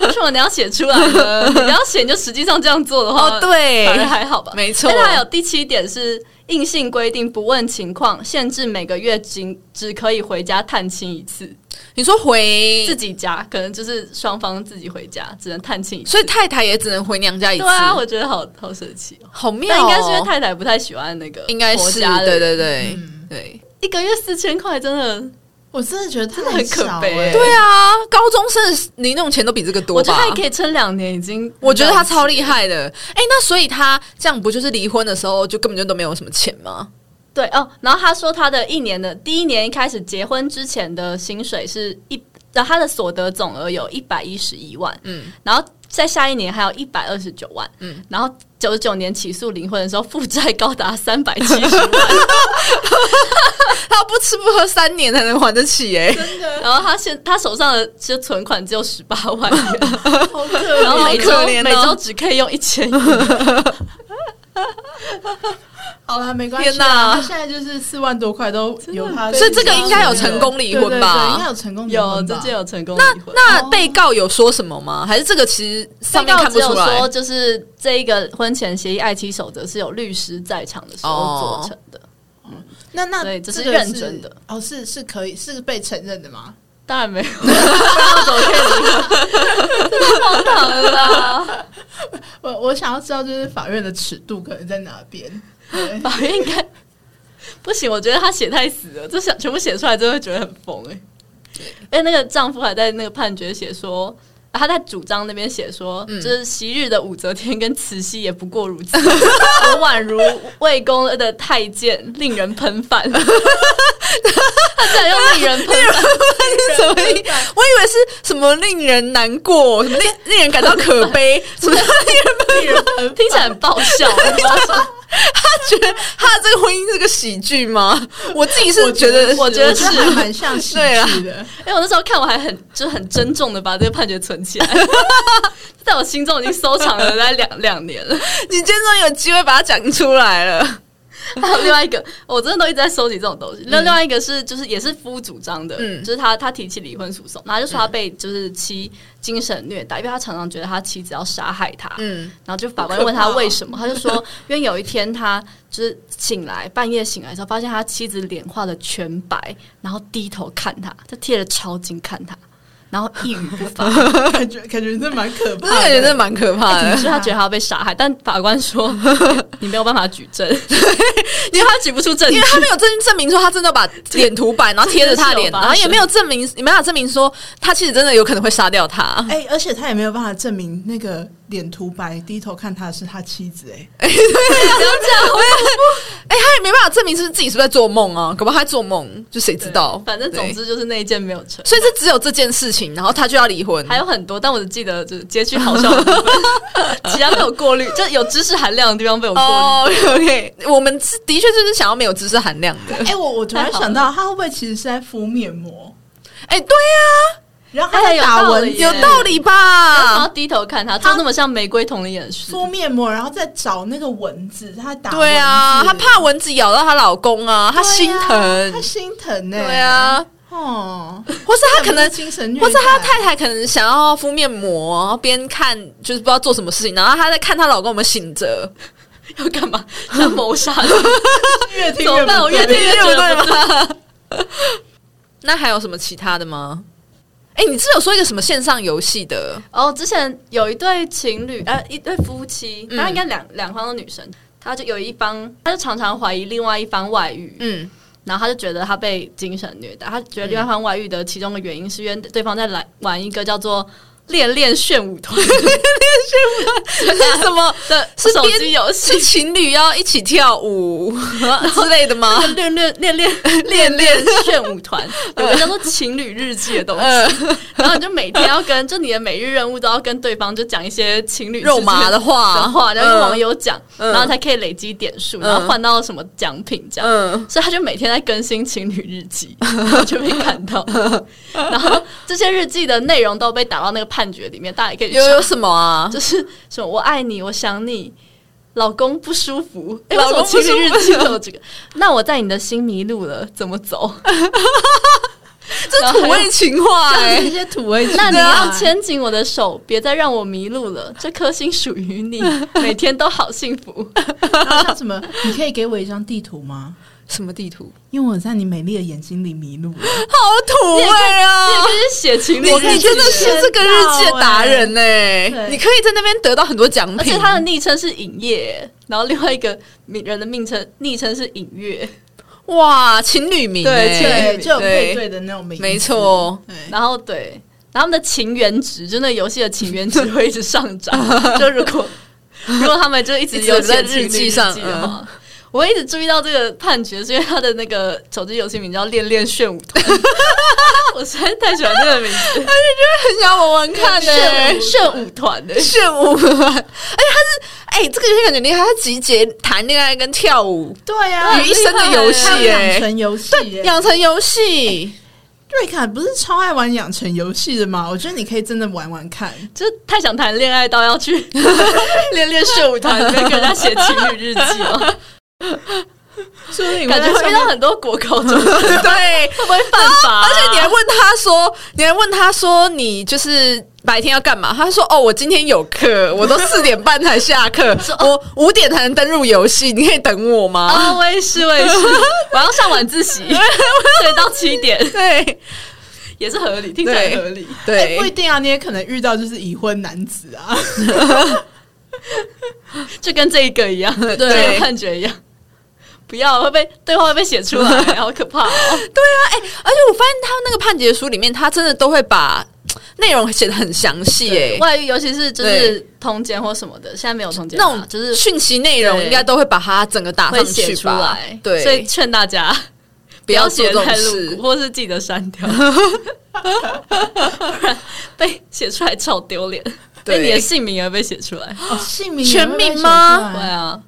Speaker 2: 为什么你要写出来呢？你要写你就实际上这样做的话，
Speaker 1: 哦，对，
Speaker 2: 呃反而还好吧。
Speaker 1: 没错
Speaker 2: 但它还有第七点是硬性规定，不问情况，限制每个月仅只可以回家探亲一次，
Speaker 1: 你说回
Speaker 2: 自，己家可能就是双方自己回家，只能探亲一次。
Speaker 1: 所以太太也只能回娘家一次。
Speaker 2: 对啊，我觉得好好神奇哦。
Speaker 1: 好妙、
Speaker 2: 那
Speaker 1: 哦，
Speaker 2: 应该是因为太太不太喜欢那个
Speaker 1: 应该
Speaker 2: 婆
Speaker 1: 是
Speaker 2: 家
Speaker 1: 对
Speaker 2: 的人，
Speaker 1: 对对、
Speaker 3: 嗯
Speaker 1: 对
Speaker 2: 一个月四千块真的
Speaker 3: 我真的觉得他
Speaker 2: 的很可悲
Speaker 3: 欸
Speaker 1: 对啊！高中生的零用钱都比这个
Speaker 2: 我
Speaker 1: 多
Speaker 2: 觉
Speaker 1: 吧
Speaker 2: 得？还可以撑两年，已经
Speaker 1: 我觉得他超厉害的。哎、那所以他这样不就是离婚的时候就根本就都没有什么钱吗？
Speaker 2: 对哦。然后他说他的一年的第一年一开始结婚之前的薪水是一，然后他的所得总额有一百一十一万，
Speaker 1: 嗯，
Speaker 2: 然后在下一年还有一百二十九万，
Speaker 1: 嗯
Speaker 2: 嗯，然后九十九年起诉离婚的时候负债高达三百七 十万，
Speaker 1: 他不吃不喝三年才能还得起哎、
Speaker 3: 真的
Speaker 2: 然后他现他手上的就存款只有十八 万，
Speaker 3: 好可
Speaker 2: 然后
Speaker 1: 好
Speaker 2: 每
Speaker 1: 可
Speaker 2: 周、
Speaker 1: 怜哦
Speaker 2: 每周只可以用一千，
Speaker 3: 好了，没关系
Speaker 1: 天哪
Speaker 3: 啦。他现在就是四万多块都有他，
Speaker 1: 所以这个应该有成功离婚吧
Speaker 3: 对对对应该有成功离
Speaker 2: 有
Speaker 3: 婚吧
Speaker 2: 这件有成功离婚。
Speaker 1: 哦那被告有说什么吗？还是这个其实上面
Speaker 2: 被告
Speaker 1: 看
Speaker 2: 只
Speaker 1: 不
Speaker 2: 有
Speaker 1: 出来
Speaker 2: 说，？就是这一个婚前协议爱妻守则是有律师在场的时
Speaker 1: 哦
Speaker 2: 候做成的，
Speaker 3: 那那
Speaker 2: 对这是
Speaker 3: 这个
Speaker 2: 认真的
Speaker 3: 哦，是是可以是被承认的吗？
Speaker 2: 当 然没有，不然我怎么可以离婚？这太荒唐了啦！
Speaker 3: 我我想要知道，就是法院的尺度可能在哪边？ 对
Speaker 2: 法院应该不行，我觉得他写太死了，这想全部写出来，真的会觉得很疯哎、哎，那个丈夫还在那个判决写说。啊他在主张那边写说，就是昔日的武则天跟慈禧也不过如 此，我宛如魏公的太监，令人喷饭。 他竟然用令人喷饭，
Speaker 1: 什么意？我以为是什么令人难过，什么令令人感到可 悲，什么令人
Speaker 2: 听起来很爆 笑。
Speaker 1: 觉得他这个婚姻是个喜剧吗？我自己是觉得，
Speaker 2: 我觉得是
Speaker 3: 还蛮像喜
Speaker 1: 对啦
Speaker 3: 剧的。
Speaker 2: 因为我那时候看，我还很就是很珍重的把这个判决存起来， 在我心中已经收藏了大概两两年了。
Speaker 1: 你今天终于有机会把它讲出来了。
Speaker 2: 还有另外一个，我真的都一直在收集这种东西。那、另外一个是，就是也是夫主张的，
Speaker 1: 嗯
Speaker 2: 就是他他提起离婚诉讼，然后他就说他被就是妻精神虐待，因为他常常觉得他妻子要杀害他，
Speaker 1: 嗯，
Speaker 2: 然后就法官问他为什么，他就说，因为有一天他就是醒来，半夜醒来的时候，发现他妻子脸画的全白，然后低头看他，他贴着超近看他，然后一语不发，
Speaker 3: 感觉感觉这蛮可
Speaker 1: 这
Speaker 3: 怕
Speaker 1: 个
Speaker 3: 的，
Speaker 1: 感觉真的 蛮可怕的
Speaker 2: 所以。哎他觉得他要被杀害，但法官 说你没有办法举证，因为他举不出证据
Speaker 1: 因为。他没有证证明说他真的把脸涂白，然后贴着他脸，
Speaker 2: 这件事有发
Speaker 1: 然后也
Speaker 2: 生
Speaker 1: 没有证明，也没法证明说他其实真的有可能会杀掉他。
Speaker 3: 哎、而且他也没有办法证明那个脸涂白，低头看他的是他妻子、哎，
Speaker 1: 哎、他也没办法证明是不是自己是不是在做梦啊，搞不好他在做梦，就谁知道？
Speaker 2: 反正总
Speaker 1: 对，
Speaker 2: 之就是那一件没有成，
Speaker 1: 所以这只有这件事情，然后他就要离婚。
Speaker 2: 还有很多，但我只记得就是截取好笑的部 分，其他被我过滤，就有知识含量的地方被我过滤。
Speaker 1: 哦、o k 我们是的确就是想要没有知识含量的。
Speaker 3: 哎、我我突然想到，他会不会其实是在敷面膜？
Speaker 1: 哎、对呀、
Speaker 3: 然后他在
Speaker 2: 哎有
Speaker 3: 打
Speaker 2: 道
Speaker 3: 蚊
Speaker 2: 理
Speaker 3: 子，
Speaker 1: 有道理
Speaker 2: 然后
Speaker 1: 吧？
Speaker 2: 低头看
Speaker 1: 啊
Speaker 2: 他，做那么像玫瑰瞳的眼神，
Speaker 3: 敷面膜，然后再找那个蚊子，他打
Speaker 1: 对啊，
Speaker 3: 蚊
Speaker 1: 她
Speaker 3: 子
Speaker 1: 怕蚊子咬到她老公啊，她
Speaker 3: 对啊
Speaker 1: 心疼
Speaker 3: 他。心疼呢、欸
Speaker 1: 对，啊，
Speaker 3: 哦，
Speaker 1: 或是她可能
Speaker 3: 精神虐待，
Speaker 1: 或是她太太可能想要敷面膜，然后边看就是不知道做什么事情，然后她在看她老公有没有醒 着，
Speaker 2: 要干嘛？像谋 杀的，
Speaker 3: 越听
Speaker 2: 怎
Speaker 3: 越
Speaker 1: 哦
Speaker 2: 么
Speaker 3: 不
Speaker 2: 办？我越
Speaker 3: 对
Speaker 2: 听越
Speaker 1: 对
Speaker 2: 觉
Speaker 1: 不
Speaker 2: 得不对。
Speaker 1: 对吗？ 那还有什么其他的吗？哎、你是有说一个什么线上游戏的？
Speaker 2: 哦，之前有一对情侣，呃，一对夫妻，
Speaker 1: 嗯
Speaker 2: 当然应该两两方都女生，他就有一方，他就常常怀疑另外一方外遇，
Speaker 1: 嗯
Speaker 2: 然后他就觉得他被精神虐待，他觉得另外一方外遇的其中的原因是因为对方在来玩一个叫做。恋恋炫舞 团
Speaker 1: 是什么？
Speaker 2: 的
Speaker 1: 是
Speaker 2: 手
Speaker 1: 边
Speaker 2: 机游戏，
Speaker 1: 哦 是情侣要一起跳舞之类的吗？
Speaker 2: 恋恋恋恋
Speaker 1: 恋嗯恋，
Speaker 2: 炫舞团， 有个叫做情侣日记的东西，
Speaker 1: 呃，
Speaker 2: 然后你就每天要跟，就你的每日任务都要跟对方就讲一些情侣
Speaker 1: 肉麻的话
Speaker 2: 的话，然
Speaker 1: 嗯
Speaker 2: 后跟网友讲，
Speaker 1: 嗯
Speaker 2: 然后才可以累积点数，然后换到什么奖品这样。
Speaker 1: 嗯，
Speaker 2: 所以他就每天在更新情侣日记，我就被看到。然后这些日记的内容都被打到那个判决里面，大家也可以去
Speaker 1: 有有
Speaker 2: 查
Speaker 1: 什么啊？
Speaker 2: 就是什么我爱你，我想你，老公不舒服，诶
Speaker 1: 哎老公
Speaker 2: 为什么情侣
Speaker 1: 不舒服
Speaker 2: 日记都有这个。那我在你的心迷路了，怎么走？
Speaker 1: 这土味啊情话哎、
Speaker 3: 这些土味情
Speaker 2: 那
Speaker 3: 话，
Speaker 2: 你要牵紧我的手，别再让我迷路了。这颗心属于你，每天都好幸福。
Speaker 3: 然后像什么？你可以给我一张地图吗？
Speaker 1: 什么地图？
Speaker 3: 因为我在你美丽的眼睛里迷路了。
Speaker 1: 好土味
Speaker 2: 这
Speaker 1: 啊！
Speaker 2: 个是写情侣
Speaker 1: 你
Speaker 2: 日
Speaker 1: 你
Speaker 2: 记
Speaker 1: 真的是这个日记的达人呢、
Speaker 3: 对
Speaker 1: 你可以在那边得到很多奖
Speaker 2: 而
Speaker 1: 品
Speaker 2: 且。他的昵称是影业，然后另外一个名人的名称昵称是影月，
Speaker 1: 哇，情侣名、欸，
Speaker 2: 对
Speaker 3: 对，就有配对的那种名字，
Speaker 1: 没错
Speaker 3: 对。
Speaker 2: 然后对，然后他们的情缘值，就那游戏的情缘值会一直上涨。 就如果如果他们就一直
Speaker 1: 一直
Speaker 2: 有
Speaker 1: 在
Speaker 2: 写情侣
Speaker 1: 日
Speaker 2: 日
Speaker 1: 记
Speaker 2: 记
Speaker 1: 上嗯
Speaker 2: 的话。我一直注意到这个判决，是因为他的那个手机游戏名叫《恋恋炫舞团》，我实在太喜欢这个名字
Speaker 1: 很想玩玩看
Speaker 2: 了，
Speaker 1: 呢、
Speaker 2: 炫舞炫舞团的、
Speaker 1: 炫舞，而且他是哎、这个游戏感觉厉害，他集结谈恋爱跟跳舞
Speaker 3: 对啊呀、
Speaker 1: 于一身的游戏
Speaker 3: 还有
Speaker 1: 哎、
Speaker 3: 养成游戏、欸，
Speaker 1: 养成游戏，
Speaker 3: 瑞卡不是超爱玩养成游戏的吗？我觉得你可以真的玩玩看。
Speaker 2: 就是太 想谈恋爱到要去恋恋炫舞团里面跟人家写情侣日记了。
Speaker 1: 说不定你会
Speaker 2: 感觉
Speaker 1: 在
Speaker 2: 会
Speaker 1: 上
Speaker 2: 遇
Speaker 1: 面
Speaker 2: 到很多国 高中生，
Speaker 1: 对，
Speaker 2: 会不会犯法啊、
Speaker 1: 而且你还问他说，你还问他说，你就是白天要干嘛？他说哦，我今天有课，我都四点半才下课，我五点才能登入游戏，你可以等我吗？
Speaker 2: 啊，我也是，我也是， 我要上晚自 习，睡到七点
Speaker 1: 对
Speaker 2: 也是合理，听起来合理。
Speaker 3: 哎不
Speaker 1: 对，
Speaker 3: 一定啊，你也可能遇到就是已婚男子啊。
Speaker 2: 就跟这一个一样，对
Speaker 1: 对
Speaker 2: 这个判决一样。不要会被对话会被写出来，好可怕、哦！
Speaker 1: 而且我发现他那个判决书里面，他真的都会把内容写的很详细诶。
Speaker 2: 外遇，尤其是就是通奸或什么的，现在没有通奸
Speaker 1: 那
Speaker 2: 法，
Speaker 1: 种
Speaker 2: 就是
Speaker 1: 讯息内容，
Speaker 2: 对
Speaker 1: 应该都会把它整个打
Speaker 2: 会
Speaker 1: 上
Speaker 2: 写
Speaker 1: 去
Speaker 2: 出
Speaker 1: 吧
Speaker 2: 来。？
Speaker 1: 对，
Speaker 2: 所以劝大家
Speaker 1: 不要做
Speaker 2: 写
Speaker 1: 这种
Speaker 2: 太露
Speaker 1: 事
Speaker 2: 骨，。或是记得删 掉，不然被写出来超丢脸，
Speaker 1: 对
Speaker 2: 被你的姓名而被写出来。
Speaker 3: 哦、姓名
Speaker 1: 全名吗
Speaker 2: 对？啊，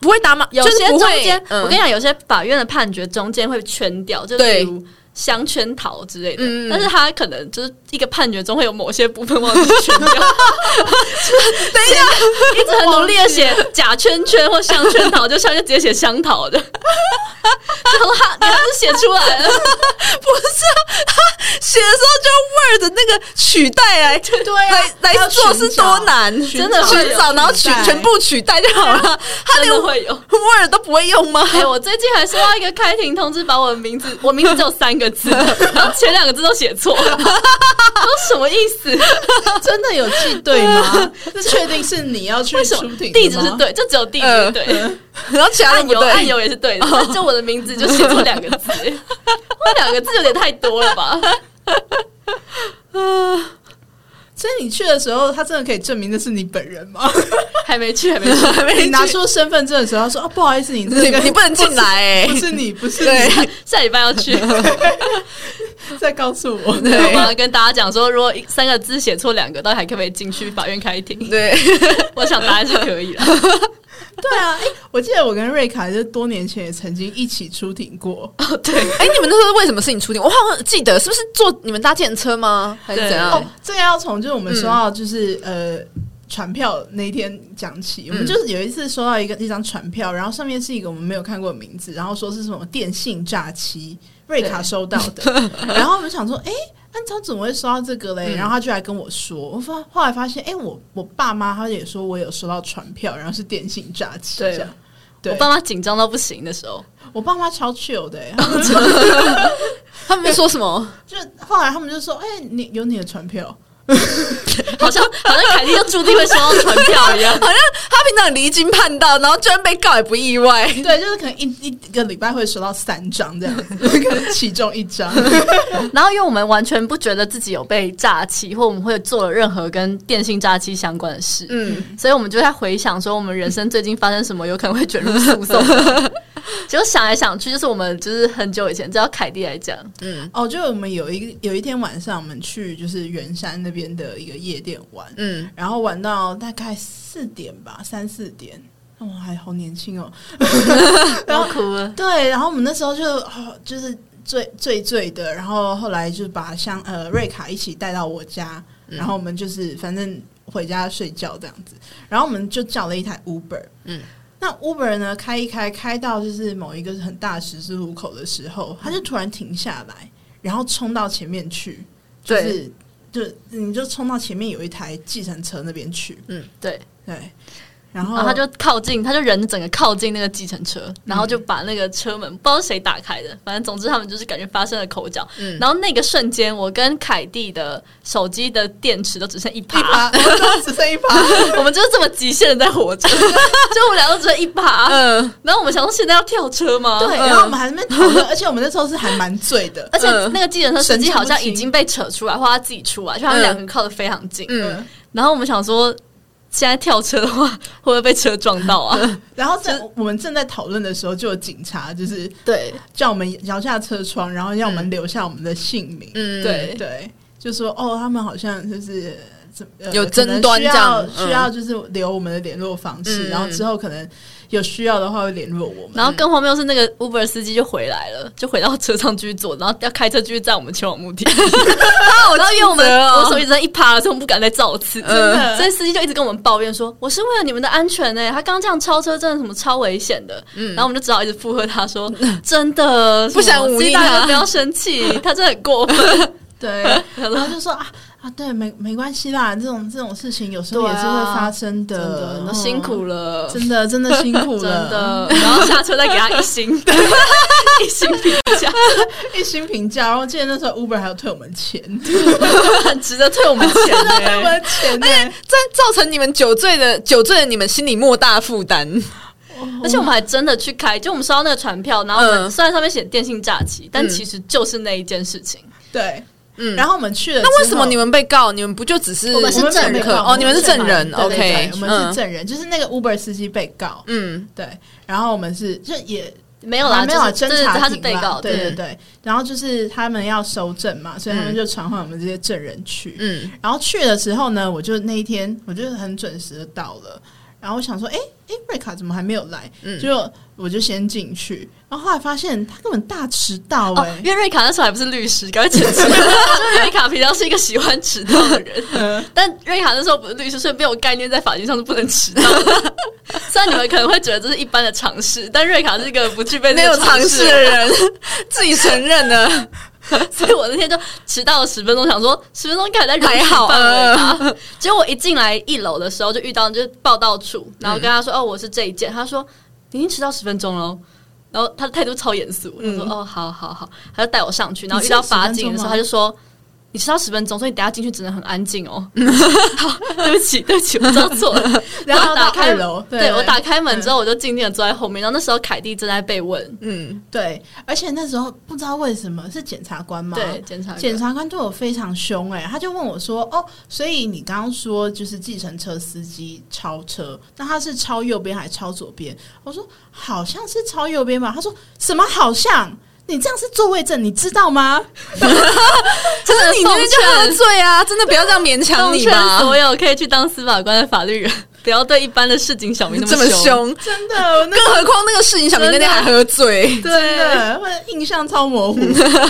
Speaker 1: 不会打码，
Speaker 2: 有
Speaker 1: 就是
Speaker 2: 些
Speaker 1: 不
Speaker 2: 中
Speaker 1: 会
Speaker 2: 间，
Speaker 1: 嗯
Speaker 2: 我跟 你讲，有些法院的判决中间会圈掉，就
Speaker 1: 对
Speaker 2: 例如香圈桃之类的，
Speaker 1: 嗯
Speaker 2: 但是他可能就是一个判决中会有某些部分忘记圈 掉，
Speaker 1: 等一下，
Speaker 2: 一直很努力的写假圈圈或香圈桃，就像就直接写香桃 的，然后他你还是写出来了，
Speaker 1: 不是啊，他写的时候就 Word 那个取代来，对、
Speaker 2: 啊
Speaker 3: 啊
Speaker 1: 来
Speaker 3: 还
Speaker 1: 来
Speaker 3: 有
Speaker 1: 做是
Speaker 3: 寻找
Speaker 1: 多难，
Speaker 3: 寻
Speaker 2: 真的
Speaker 1: 寻
Speaker 2: 会有
Speaker 1: 找，然后取
Speaker 3: 取代
Speaker 1: 全部取代就 好了。他
Speaker 2: 真
Speaker 1: 连
Speaker 2: 的会有。
Speaker 1: Word 都不会用吗？
Speaker 2: 哎、我最近还收到一个开庭通知，把我的名字，我名字只有三个字，然后前两个字都写错，都什么意思？
Speaker 3: 真的有记对吗？这确定是你要去
Speaker 2: 为什
Speaker 3: 出
Speaker 2: 么
Speaker 3: 庭？
Speaker 2: 地址是，对，就只有地址是对，
Speaker 1: 然后其他都
Speaker 2: 按
Speaker 1: 不
Speaker 2: 钮按
Speaker 1: 对。
Speaker 2: 钮也是对的，但就我的名字就写错两个字，我两个字有点太多了吧？
Speaker 3: 所以你去的时候，他真的可以证明那是你本人吗？
Speaker 2: 还没去，还没去，
Speaker 1: 还 没
Speaker 3: 你拿出身份证的时候，他说：“哦，不好意思，你
Speaker 1: 你
Speaker 3: 这个
Speaker 1: 你不能进来、
Speaker 3: 不
Speaker 1: 欸，
Speaker 3: 是你，不是
Speaker 1: 对
Speaker 3: 你，
Speaker 2: 下礼拜要去。
Speaker 3: 在告诉我。”
Speaker 2: 我
Speaker 1: 对
Speaker 2: 要跟大家讲说，如果一三个字写错两个，到底还可不可以进去法院开庭？
Speaker 1: 对，
Speaker 2: 我想答案是可以了。
Speaker 3: 对啊，哎、我记得我跟瑞卡就是多年前也曾经一起出庭过。
Speaker 2: 哦，对，
Speaker 1: 哎、你们那时候为什么事情出庭？我好像记得，是不是坐你们搭电车吗？还是
Speaker 2: 对嗯
Speaker 1: 怎样？
Speaker 3: 哦，这个要从就是我们说到就是、呃。传票那一天讲起，我
Speaker 2: 嗯
Speaker 3: 们就是有一次收到一个一张传票，然后上面是一个我们没有看过的名字，然后说是什么电信诈欺，瑞卡收到 的，然后我们想说，哎、安超怎么会收到这个
Speaker 2: 嗯
Speaker 3: 嘞？然后他就来跟我说，我发后来发现，哎、我我爸妈他也说我有收到传票，然后是电信诈欺，
Speaker 2: 对
Speaker 3: 这样，
Speaker 2: 我
Speaker 3: 对，
Speaker 2: 爸妈紧张到不行的时候，
Speaker 3: 我爸妈超 chill 的、诶欸他们
Speaker 1: 他们说什么？
Speaker 3: 就后来他们就说：“哎、你有你的传票，
Speaker 2: 好像好像凯莉就注定会收到传票 一样。
Speaker 1: 好像他平常离经叛道，然后居然被告也不意外。
Speaker 3: 对，就是可能一一个礼拜会收到三张这样子， 可能其中一张。对
Speaker 2: 然后，因为我们完全不觉得自己有被诈欺，或我们会做了任何跟电信诈欺相关的事，
Speaker 1: 嗯，
Speaker 2: 所以我们就在回想说，我们人生最近发生什么，有可能会卷入诉 讼。结果想来想去，就是我们就是很久以前，只要凯蒂来讲，
Speaker 3: 哦，就我们有一个有一天晚上，我们去就是圆山那边的一个夜店玩，
Speaker 1: 嗯，
Speaker 3: 然后玩到大概四点吧，三四点。我、哦、还好年轻哦，
Speaker 2: 然后哭了。
Speaker 3: 对，然后我们那时候就、哦、就是醉醉醉的，然后后来就把香呃瑞卡一起带到我家，
Speaker 1: 嗯
Speaker 3: 然后我们就是反正回家睡觉这样子，然后我们就叫了一台 Uber，
Speaker 1: 嗯
Speaker 3: 嗯。那 Uber 呢？开一开，开到就是某一个很大十字路口的时候，他就突然停下来，然后冲到前面去，就
Speaker 1: 对
Speaker 3: 是就你就冲到前面有一台计程车那边去，
Speaker 2: 对，
Speaker 3: 对，
Speaker 2: 然
Speaker 3: 然后
Speaker 2: 后啊他就靠近，他就人整个靠近那个计程车，然后就把那个车门不知道是谁打开的，反正总之他们就是感觉发生了口角。
Speaker 1: 嗯
Speaker 2: 然后那个瞬间，我跟凯蒂的手机的电池都只剩一
Speaker 3: 一
Speaker 2: 趴，
Speaker 3: 趴，我当时剩一趴，
Speaker 2: 我们就是这么极限的在活着，就我们俩都只剩一趴。
Speaker 1: 嗯，
Speaker 2: 然后我们想说现在要跳车吗？
Speaker 3: 对，然后我们还在那边讨论，而且我们那时候是还蛮醉的，
Speaker 2: 而且那个计程车司机好像已经被扯出来，或他自己出来，就他们
Speaker 1: 嗯
Speaker 2: 两个人靠得非常近。
Speaker 1: 嗯，
Speaker 2: 然后我们想说，现在跳车的话会不会被车撞到啊？
Speaker 3: 然后在我们正在讨论的时候，就有警察就是
Speaker 2: 对
Speaker 3: 叫我们摇下车窗，然后要我们留下我们的姓名，
Speaker 1: 嗯，
Speaker 2: 对
Speaker 3: 对，就说哦，他们好像就是。呃
Speaker 1: 有
Speaker 3: 可
Speaker 1: 争
Speaker 3: 能
Speaker 1: 端
Speaker 3: 需要
Speaker 1: 这样嗯
Speaker 3: 需要就是留我们的联络方式，
Speaker 1: 嗯
Speaker 3: 然后之后可能有需要的话会联络我们。
Speaker 2: 然后更荒谬是，那个 Uber 司机就回来了，就回到车上继续坐，然后要开车继续载我们前往目的地。 然后我就因为我们我手机真的一趴了，所以我们不敢再造次，哦嗯真
Speaker 3: 的
Speaker 2: 所以司机就一直跟我们抱怨说：“我是为了你们的安全呢、他刚刚这样超车真的什么超危险的。”然后我们就只好一直附和他说：“ 真的，
Speaker 1: 不想忤逆他
Speaker 2: 什么司机嗯大哥不要生气，他真的很过 分。
Speaker 3: 对， 然后就说啊啊，对，没没关系啦，这种这种事情有时候
Speaker 2: 对
Speaker 3: 也
Speaker 2: 啊
Speaker 3: 是会发生的，
Speaker 2: 真的，那
Speaker 3: 嗯
Speaker 2: 辛苦了。”
Speaker 3: 真的真的辛苦
Speaker 2: 真
Speaker 3: 了，
Speaker 2: 的，然后下车再给他一 星，一星评价，
Speaker 3: 一星评价。然后记得那时候 Uber 还有退我们钱，
Speaker 2: 很值得退我们 钱欸呢、
Speaker 3: 退我们钱呢、
Speaker 1: 这造成你们酒醉的酒醉的你们心里莫大负担。
Speaker 2: 而且我们还真的去开，就我们收到那个船票，然后我们
Speaker 1: 嗯
Speaker 2: 虽然上面写电信诈欺，但其实就是那一件事情。
Speaker 3: 对，
Speaker 1: 嗯
Speaker 3: 然后我们去了之后，
Speaker 1: 那为什么你们被告？你们不就只是
Speaker 2: 我们是
Speaker 3: 我们没有
Speaker 1: 证
Speaker 3: 被
Speaker 1: 人
Speaker 3: 告
Speaker 1: 哦？你们是证人
Speaker 3: 对对对
Speaker 2: 嗯
Speaker 1: ，OK？
Speaker 3: 我们是证人，就是那个 Uber 司机被告，
Speaker 1: 嗯
Speaker 3: 对，然后我们是就也
Speaker 2: 没有啦，
Speaker 3: 还啊没有啦
Speaker 2: 就是
Speaker 3: 侦
Speaker 2: 就是
Speaker 3: 查庭
Speaker 2: 他
Speaker 3: 啦
Speaker 2: 是被告，
Speaker 3: 对
Speaker 2: 对嗯
Speaker 3: 对对。然后就是他们要收证嘛，所以他们就传唤我们这些证人去。
Speaker 1: 嗯
Speaker 3: 然后去的时候呢，我就那一天我就很准时的到了，然后我想说，哎、哎、瑞卡怎么还没有来？
Speaker 1: 嗯
Speaker 3: 结果我就先进去，然后后来发现他根本大迟到
Speaker 2: 哦
Speaker 3: 哎、，
Speaker 2: 因为瑞卡那时候还不是律师，赶快澄清。就是瑞卡平常是一个喜欢迟到的人，但瑞卡那时候不是律师，所以没有概念在法庭上是不能迟到的。 虽然你们可能会觉得这是一般的常识，但瑞卡是一个不具备
Speaker 1: 没
Speaker 2: 这
Speaker 1: 有
Speaker 2: 个
Speaker 1: 尝
Speaker 2: 识
Speaker 1: 试
Speaker 2: 的
Speaker 1: 的人自己 承认了，
Speaker 2: 所以我那天就迟到了十分钟，想说十分钟看在容许
Speaker 1: 还好
Speaker 2: 范围吧。结果我一进来一楼的时候，就遇到就是报道处，然后跟他说：“哦，我是这一件。”他说：“你已经迟到十分钟喽。”然后他的态度超严肃，他说：“哦，好好好。”他就带我上去，然后遇到法警的时候，
Speaker 3: 你
Speaker 2: 他
Speaker 3: 是
Speaker 2: 就说。你迟到十分钟，所以你等下进去只能很安静哦。好，对不起，对不起，我知道错了。
Speaker 3: 然后
Speaker 2: 我
Speaker 3: 到
Speaker 2: 打开
Speaker 3: 二楼对
Speaker 2: 对我打开门之后，我就静静的坐在后面。然后那时候凯蒂正在被问，
Speaker 1: 嗯，
Speaker 3: 对，而且那时候不知道为什么是检察官吗？
Speaker 2: 对，检察官
Speaker 3: 检察官对我非常凶哎、他就问我说：“哦，所以你刚刚说就是计程车司机超车，那他是超右边还是超左边？”我说：“好像是超右边吧。”他说：“什么好像？你这样是座位证，你知道吗
Speaker 1: 可是你那天就
Speaker 2: 奉
Speaker 1: 喝
Speaker 2: 劝
Speaker 1: 醉啊，真的不要这样勉强
Speaker 2: 奉
Speaker 1: 你
Speaker 2: 劝
Speaker 1: 嘛，
Speaker 2: 所有可以去当司法官的法律人，不要对一般的市井小民那
Speaker 1: 这么
Speaker 2: 凶。
Speaker 1: 凶？”。
Speaker 3: 真 的，那
Speaker 1: 更何况那个事情，小明那
Speaker 2: 啊
Speaker 1: 天还喝醉，
Speaker 3: 真的，我印象超 模糊。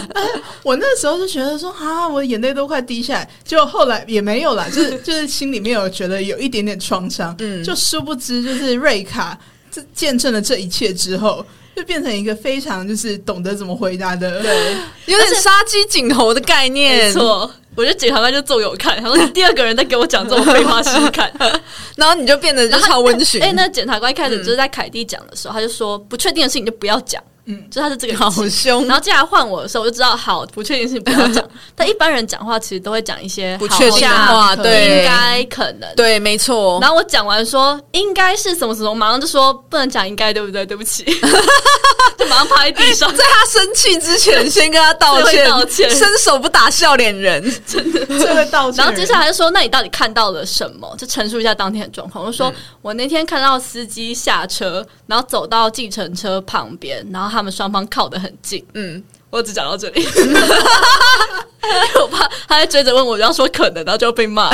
Speaker 3: 我那时候就觉得说啊，我眼泪都快滴下来。结果后来也没有啦， 就是就是心里面有觉得有一点点创伤。嗯，就殊不知就是瑞卡这见证了这一切之后，就变成一个非常就是懂得怎么回答的。 对，
Speaker 1: 有点杀鸡儆猴的概
Speaker 2: 没
Speaker 1: 念。
Speaker 2: 错，我觉得检察官就揍给我看，他说你第二个人在给我讲这种废话试 试看。
Speaker 1: 然后你就变得就
Speaker 2: 然后
Speaker 1: 超温驯嗯
Speaker 2: 哎、，那检察官一开始就是在凯蒂讲的时候，他就说不确定的事情就不要讲，
Speaker 3: 嗯
Speaker 2: 嗯，就他是这个
Speaker 1: 好
Speaker 2: 意思
Speaker 1: 凶
Speaker 2: 然后接下来换我的时候，我就知道好不确定的事情不要 讲。但一般人讲话其实都会讲一些
Speaker 1: 不确定的
Speaker 2: 好
Speaker 1: 话，
Speaker 3: 可
Speaker 2: 应
Speaker 1: 对，
Speaker 2: 该可能。
Speaker 1: 对，没错。
Speaker 2: 然后我讲完说应该是什么什么，我马上就说不能讲应该，对不对？对不起， 就马上趴在地上。
Speaker 1: 在他生气之前，先跟他道
Speaker 2: 先
Speaker 1: 歉，
Speaker 2: 道歉
Speaker 1: 伸手不打笑脸 人。
Speaker 3: 这个道歉。
Speaker 2: 然后接下来就说：“那你到底看到了什么？”就陈述一下当天的状况。我就说、我那天看到司机下车，然后走到计程车旁边，然后他们双方靠得很近。
Speaker 1: 嗯，
Speaker 2: 我只讲到这里， 因为我怕他在追着问我，要说可能，然后就被骂。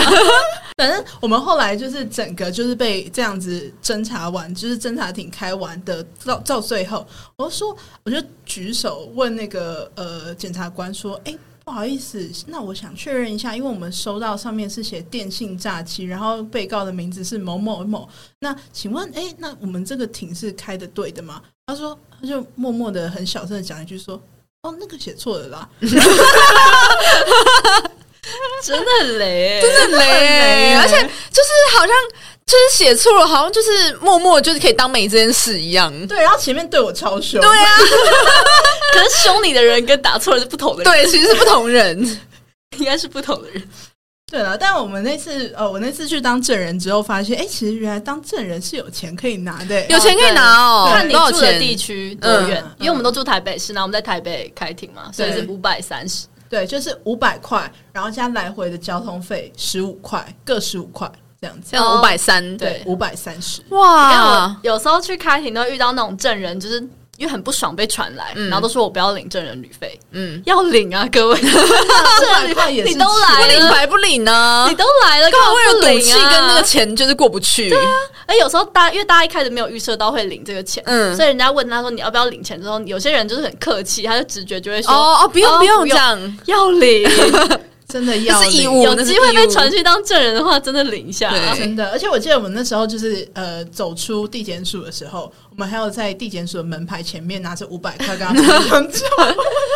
Speaker 3: 反正我们后来就是整个就是被这样子侦查完，就是侦查庭开完的到到最后，我就说我就举手问那个呃检察官说，哎、不好意思，那我想确认一下，因为我们收到上面是写电信诈欺，然后被告的名字是某某某，那请问，哎、那我们这个庭是开的对的吗？他说，他就默默的很小声的讲一句说，哦，那个写错了啦，
Speaker 2: 真的很雷、欸，
Speaker 1: 真的嘞，而且就是好像就是写错了，好像就是默默就是可以当没这件事一样。
Speaker 3: 对，然后前面对我超凶，
Speaker 1: 对啊，
Speaker 2: 可是凶你的人跟打错人是不同的人，
Speaker 1: 对，其实是不同 人。
Speaker 2: 应该是不同的人。
Speaker 3: 对了，但我们那次呃，我那次去当证人之后，发现哎、诶其实原来当证人是有钱可以拿的、欸诶
Speaker 1: 有钱可以拿哦，
Speaker 2: 看你
Speaker 1: 多少
Speaker 2: 住的
Speaker 1: 钱？
Speaker 2: 地区多远，
Speaker 3: 嗯
Speaker 2: 因为我们都住台北市，然后我们在台北开庭嘛，所以是五百三十。
Speaker 3: 对，就是五百块，然后加来回的交通费十五块，各十五块这样子
Speaker 1: 这，
Speaker 3: 哦
Speaker 1: 样五百三，
Speaker 2: 哦 对
Speaker 3: 五百三十。
Speaker 1: 哇
Speaker 2: 但我，有时候去开庭都会遇到那种证人，就是因为很不爽被传来，
Speaker 1: 嗯
Speaker 2: 然后都说我不要领证人旅费，
Speaker 1: 嗯，
Speaker 2: 要领啊， 各位，
Speaker 3: 五百块也是
Speaker 2: 你都
Speaker 3: 钱
Speaker 2: 来
Speaker 1: 领
Speaker 2: 了，
Speaker 1: 白不领呢
Speaker 2: 你？都来了，
Speaker 1: 干嘛为
Speaker 2: 不
Speaker 1: 了赌
Speaker 2: 领
Speaker 1: 气
Speaker 2: 啊
Speaker 1: 跟那个钱就是过不去？
Speaker 2: 而有时候大家因为大家一开始没有预设到会领这个钱，
Speaker 1: 嗯
Speaker 2: 所以人家问他说你要不要领钱之后，有些人就是很客气，他就直觉就会说、
Speaker 1: 哦哦，不用
Speaker 2: 哦
Speaker 1: 不
Speaker 2: 不
Speaker 1: 用
Speaker 2: 用
Speaker 1: 这样，
Speaker 2: 要 领，
Speaker 3: 真的要
Speaker 1: 这是义
Speaker 3: 领
Speaker 1: 务
Speaker 2: 有
Speaker 1: 那是
Speaker 2: 机会
Speaker 1: 义务
Speaker 2: 被传去当证人的话，真的领一下。
Speaker 1: 对
Speaker 3: 真的，而且我记得我们那时候就是呃，走出地检署的时候，我们还有在地检署的门牌前面拿着五百块跟他们合照。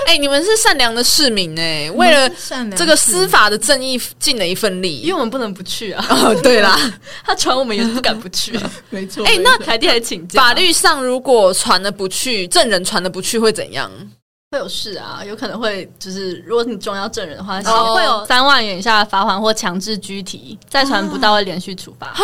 Speaker 1: 哎、你们是善良的市民哎、 为了
Speaker 3: 善良
Speaker 1: 这个司法的正义尽了一份
Speaker 2: 因为
Speaker 1: 力。
Speaker 2: 我们不能不去啊，
Speaker 1: 哦，对啦，
Speaker 2: 他传我们也不敢不 去。
Speaker 3: 没错，
Speaker 1: 哎
Speaker 3: 没
Speaker 1: 那
Speaker 3: 错
Speaker 2: 台地还请假，
Speaker 1: 法律上如果传的不去，证人传的不去会怎样？
Speaker 2: 会有事啊，有可能会就是，如果你重要证人的话，
Speaker 1: 哦
Speaker 2: 会有三万元以下的罚款或强制拘提，再传不到会连续处罚。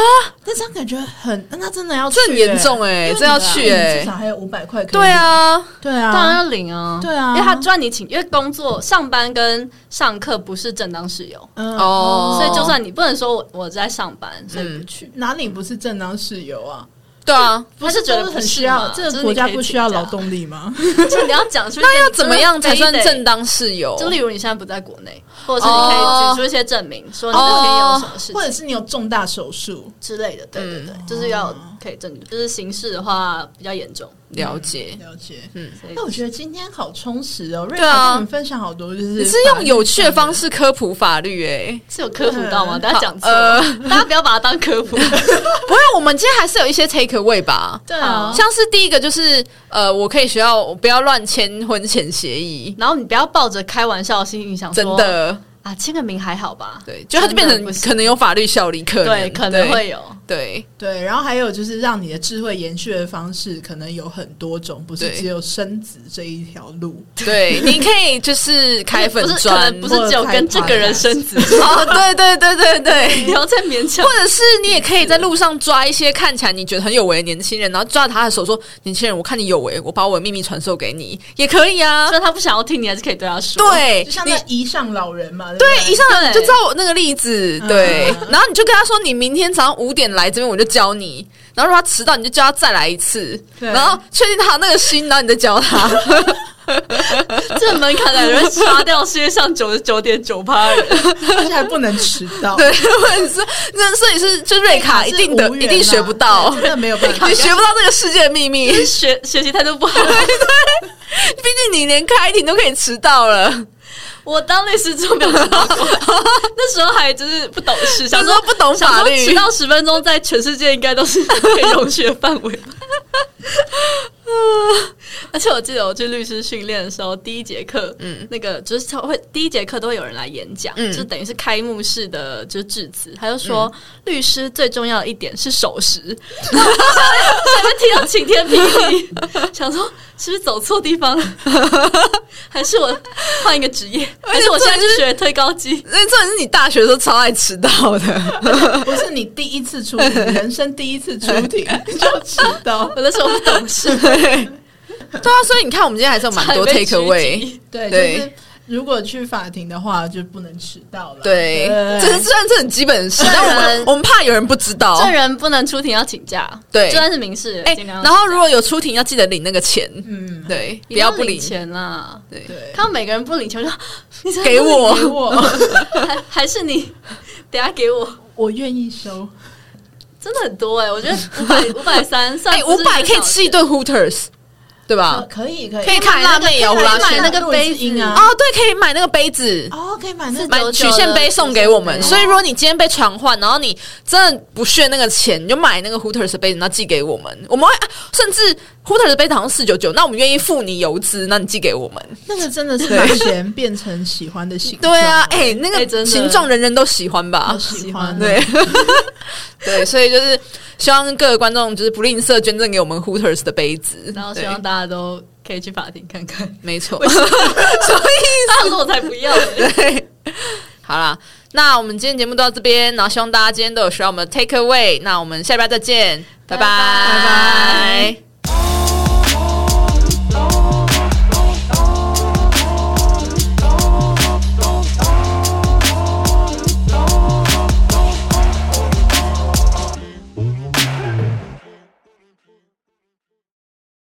Speaker 3: 那这样感觉很，那真的要去
Speaker 1: 这很严重
Speaker 3: 欸
Speaker 1: 哎、
Speaker 3: 因为
Speaker 1: 这要
Speaker 3: 你
Speaker 1: 去哎、
Speaker 3: 至少还有五百块。
Speaker 1: 对，啊，
Speaker 3: 对
Speaker 2: 当然
Speaker 3: 啊，
Speaker 2: 要领啊，
Speaker 3: 对啊
Speaker 2: 因为他赚你请，因为工作上班跟上课不是正当事由，
Speaker 3: 嗯
Speaker 1: 哦
Speaker 2: 所以就算你不能说我我在上班，所以不去，
Speaker 3: 嗯哪里不是正当事由啊？
Speaker 1: 对啊，
Speaker 2: 他就
Speaker 3: 不
Speaker 2: 觉得
Speaker 3: 都
Speaker 2: 不
Speaker 3: 很
Speaker 2: 是
Speaker 3: 需要
Speaker 2: 嘛
Speaker 3: 这
Speaker 2: 就是
Speaker 3: 个
Speaker 2: 你
Speaker 3: 国家
Speaker 2: 可以
Speaker 3: 不
Speaker 2: 请
Speaker 3: 需要
Speaker 2: 假
Speaker 3: 劳动力吗？
Speaker 2: 就是你要讲出那
Speaker 1: 要怎么样才算正？当事由？
Speaker 2: 就例如你现在不在国内，或者是你可以举出一些证明，说你那天有什么事
Speaker 3: 哦或者
Speaker 2: 情
Speaker 3: 是你有重大手术？
Speaker 2: 之类的。对对
Speaker 1: 嗯
Speaker 2: 对，就是要可以证据，就是刑事的话比较严重。
Speaker 1: 了解。
Speaker 2: 嗯
Speaker 3: 了解。
Speaker 2: 所以
Speaker 3: 那我觉得今天好充实哦，瑞
Speaker 1: 对啊
Speaker 3: 好跟我们分享好多，就是
Speaker 1: 你是用有趣的方式科普法律哎、
Speaker 2: 是有科普到吗？大家讲错
Speaker 1: 呃
Speaker 2: 了， 大家不要把它当科 普。
Speaker 1: 不会，我们今天还是有一些 take away 吧。
Speaker 3: 对啊，
Speaker 1: 像是第一个就是，呃，我可以学到我不要乱签婚前协议，
Speaker 2: 然后你不要抱着开玩笑的心情想哦说，
Speaker 1: 真的，
Speaker 2: 啊，签个名还好吧？
Speaker 1: 对，就它就变
Speaker 2: 真的
Speaker 1: 成
Speaker 2: 不行
Speaker 1: 可能有法律效力，可能
Speaker 2: 对，可能会有。
Speaker 1: 对
Speaker 3: 对，然后还有就是让你的智慧延续的方式，可能有很多种，不是
Speaker 1: 对
Speaker 3: 只有生子这一条路。
Speaker 1: 对，你可以就是开粉
Speaker 2: 不是可
Speaker 1: 砖，
Speaker 2: 能不是只有跟这个人生子，
Speaker 1: 哦，对对对对
Speaker 2: 你
Speaker 1: 对。
Speaker 2: 要再勉强
Speaker 1: 或。者是你也可以在路上抓一些看起来你觉得很有为的年轻人，然后抓着他的手说：“年轻人，我看你有为，我把我的秘密传授给你，也可以啊。
Speaker 2: 虽然他不想要听，你还是可以对他”说。
Speaker 1: 对，
Speaker 3: 就像
Speaker 1: 你
Speaker 3: 那遗上老人嘛，对
Speaker 1: 对，一
Speaker 3: 不
Speaker 1: 上来
Speaker 2: 对
Speaker 1: 就知道我那个例子，
Speaker 3: 嗯
Speaker 1: 对。然后你就跟他说，你明天早上五点来这边，我就教你。然后如果他迟到，你就叫他再来一次，
Speaker 3: 对
Speaker 1: 然后确定他有那个心，然后你再教 他。
Speaker 2: 这个门槛感觉会刷掉世界上九十九点九趴 人。
Speaker 3: 对，而且还不能迟到，
Speaker 1: 对，或者是那所以是就瑞啊卡一
Speaker 3: 是
Speaker 1: 定的
Speaker 3: 无缘
Speaker 1: 一定
Speaker 3: 啦
Speaker 1: 学不到
Speaker 3: 对，真的没有办 法
Speaker 1: 你。学不到这个世界的秘 密，毕
Speaker 2: 学学习态度不好。
Speaker 1: 竟你连开庭都可以迟到了。
Speaker 2: 我当律师之后没有迟到过， 那时候还就是不懂事，想
Speaker 1: 那时
Speaker 2: 说
Speaker 1: 候不懂
Speaker 2: 想
Speaker 1: 法
Speaker 2: 说
Speaker 1: 律
Speaker 2: 迟到十分钟在全世界应该都是可以容许的范围吧。 而且我记得我去律师训练的时候，第一节课，嗯，那个就是他会第一节课都会有人来演讲，
Speaker 1: 嗯
Speaker 2: 就等于是开幕式的就是致辞。他就说，律师最重要的一点是守时。 下面听到晴天霹雳，想说是不是走错地方了，还是我换一个职业，还是我现在去学推高机？
Speaker 1: 那这是你大学的时候超爱迟到 的，
Speaker 3: 不是你第一次出 庭，你人生第一次出庭就迟到，
Speaker 2: 我那时候不懂 事，
Speaker 1: 对啊。所以你看，我们今天还是有蛮多
Speaker 2: 差点被
Speaker 1: take away
Speaker 2: 狙。击
Speaker 3: 对，
Speaker 1: 对
Speaker 3: 就是如果去法庭的话就不能迟到了。
Speaker 1: 对，这是
Speaker 3: 对，
Speaker 1: 虽然这很基本的事，
Speaker 2: 证
Speaker 1: 但我们
Speaker 2: 人
Speaker 1: 我们怕有人不知道。
Speaker 2: 证人不能出庭要请假，
Speaker 1: 对
Speaker 2: 就算是民事，
Speaker 1: 哎、
Speaker 2: 尽量
Speaker 1: 然后如果有出庭要记得领那个钱，
Speaker 3: 嗯，
Speaker 1: 对，不
Speaker 2: 一定要
Speaker 1: 不领
Speaker 2: 领。钱啦。
Speaker 1: 对，
Speaker 3: 对，
Speaker 2: 看到每个人不领钱，我就 你真的
Speaker 1: 给
Speaker 2: 不领
Speaker 1: 我
Speaker 3: 给我，
Speaker 2: 还还是你 等下给我，
Speaker 3: 我愿意收。
Speaker 2: 真的很多哎、我觉得 五百五百三算
Speaker 1: 哎，五百可以吃一
Speaker 2: 吃。
Speaker 1: 顿 Hooters，对吧？
Speaker 3: 可以可以
Speaker 1: 可以看辣妹也啊有啦
Speaker 3: 可以
Speaker 2: 那
Speaker 3: 买
Speaker 2: 个
Speaker 3: 路易斯
Speaker 2: 杯
Speaker 3: 音
Speaker 2: 子
Speaker 3: 啊，
Speaker 1: 哦，对，可以买那个杯子。
Speaker 3: 哦，可以买那
Speaker 2: 是
Speaker 3: 个
Speaker 1: 买
Speaker 2: 九九
Speaker 1: 曲线杯
Speaker 2: 的
Speaker 1: 送给我们，
Speaker 2: 曲线杯
Speaker 1: 所以如果你今天被传唤，然后你真的不屑那个钱，你就买那个 Hooters 的杯子，那寄给我们，我们会、啊甚至 Hooters 的杯子好像四九九，那我们愿意付你邮资，那你寄给我们。
Speaker 3: 那个真的是把钱变成喜欢的形
Speaker 1: 对
Speaker 3: 状，
Speaker 1: 啊，哎、那
Speaker 2: 哎
Speaker 1: 个
Speaker 2: 真的
Speaker 1: 形状人人都喜欢吧？
Speaker 3: 好喜欢，
Speaker 1: 对， 对，所以就是希望各位观众就是不吝啬捐赠给我们 Hooters 的杯子，
Speaker 2: 然后
Speaker 1: 对
Speaker 2: 希望大家都可以去法庭看看。
Speaker 1: 没错， 所以
Speaker 2: 他说我才不要、欸，
Speaker 1: 对，好啦，那我们今天节目到这边，然后希望大家今天都有学到我们的 take away，那我们下礼拜再见，拜
Speaker 2: 拜
Speaker 1: 拜
Speaker 2: 拜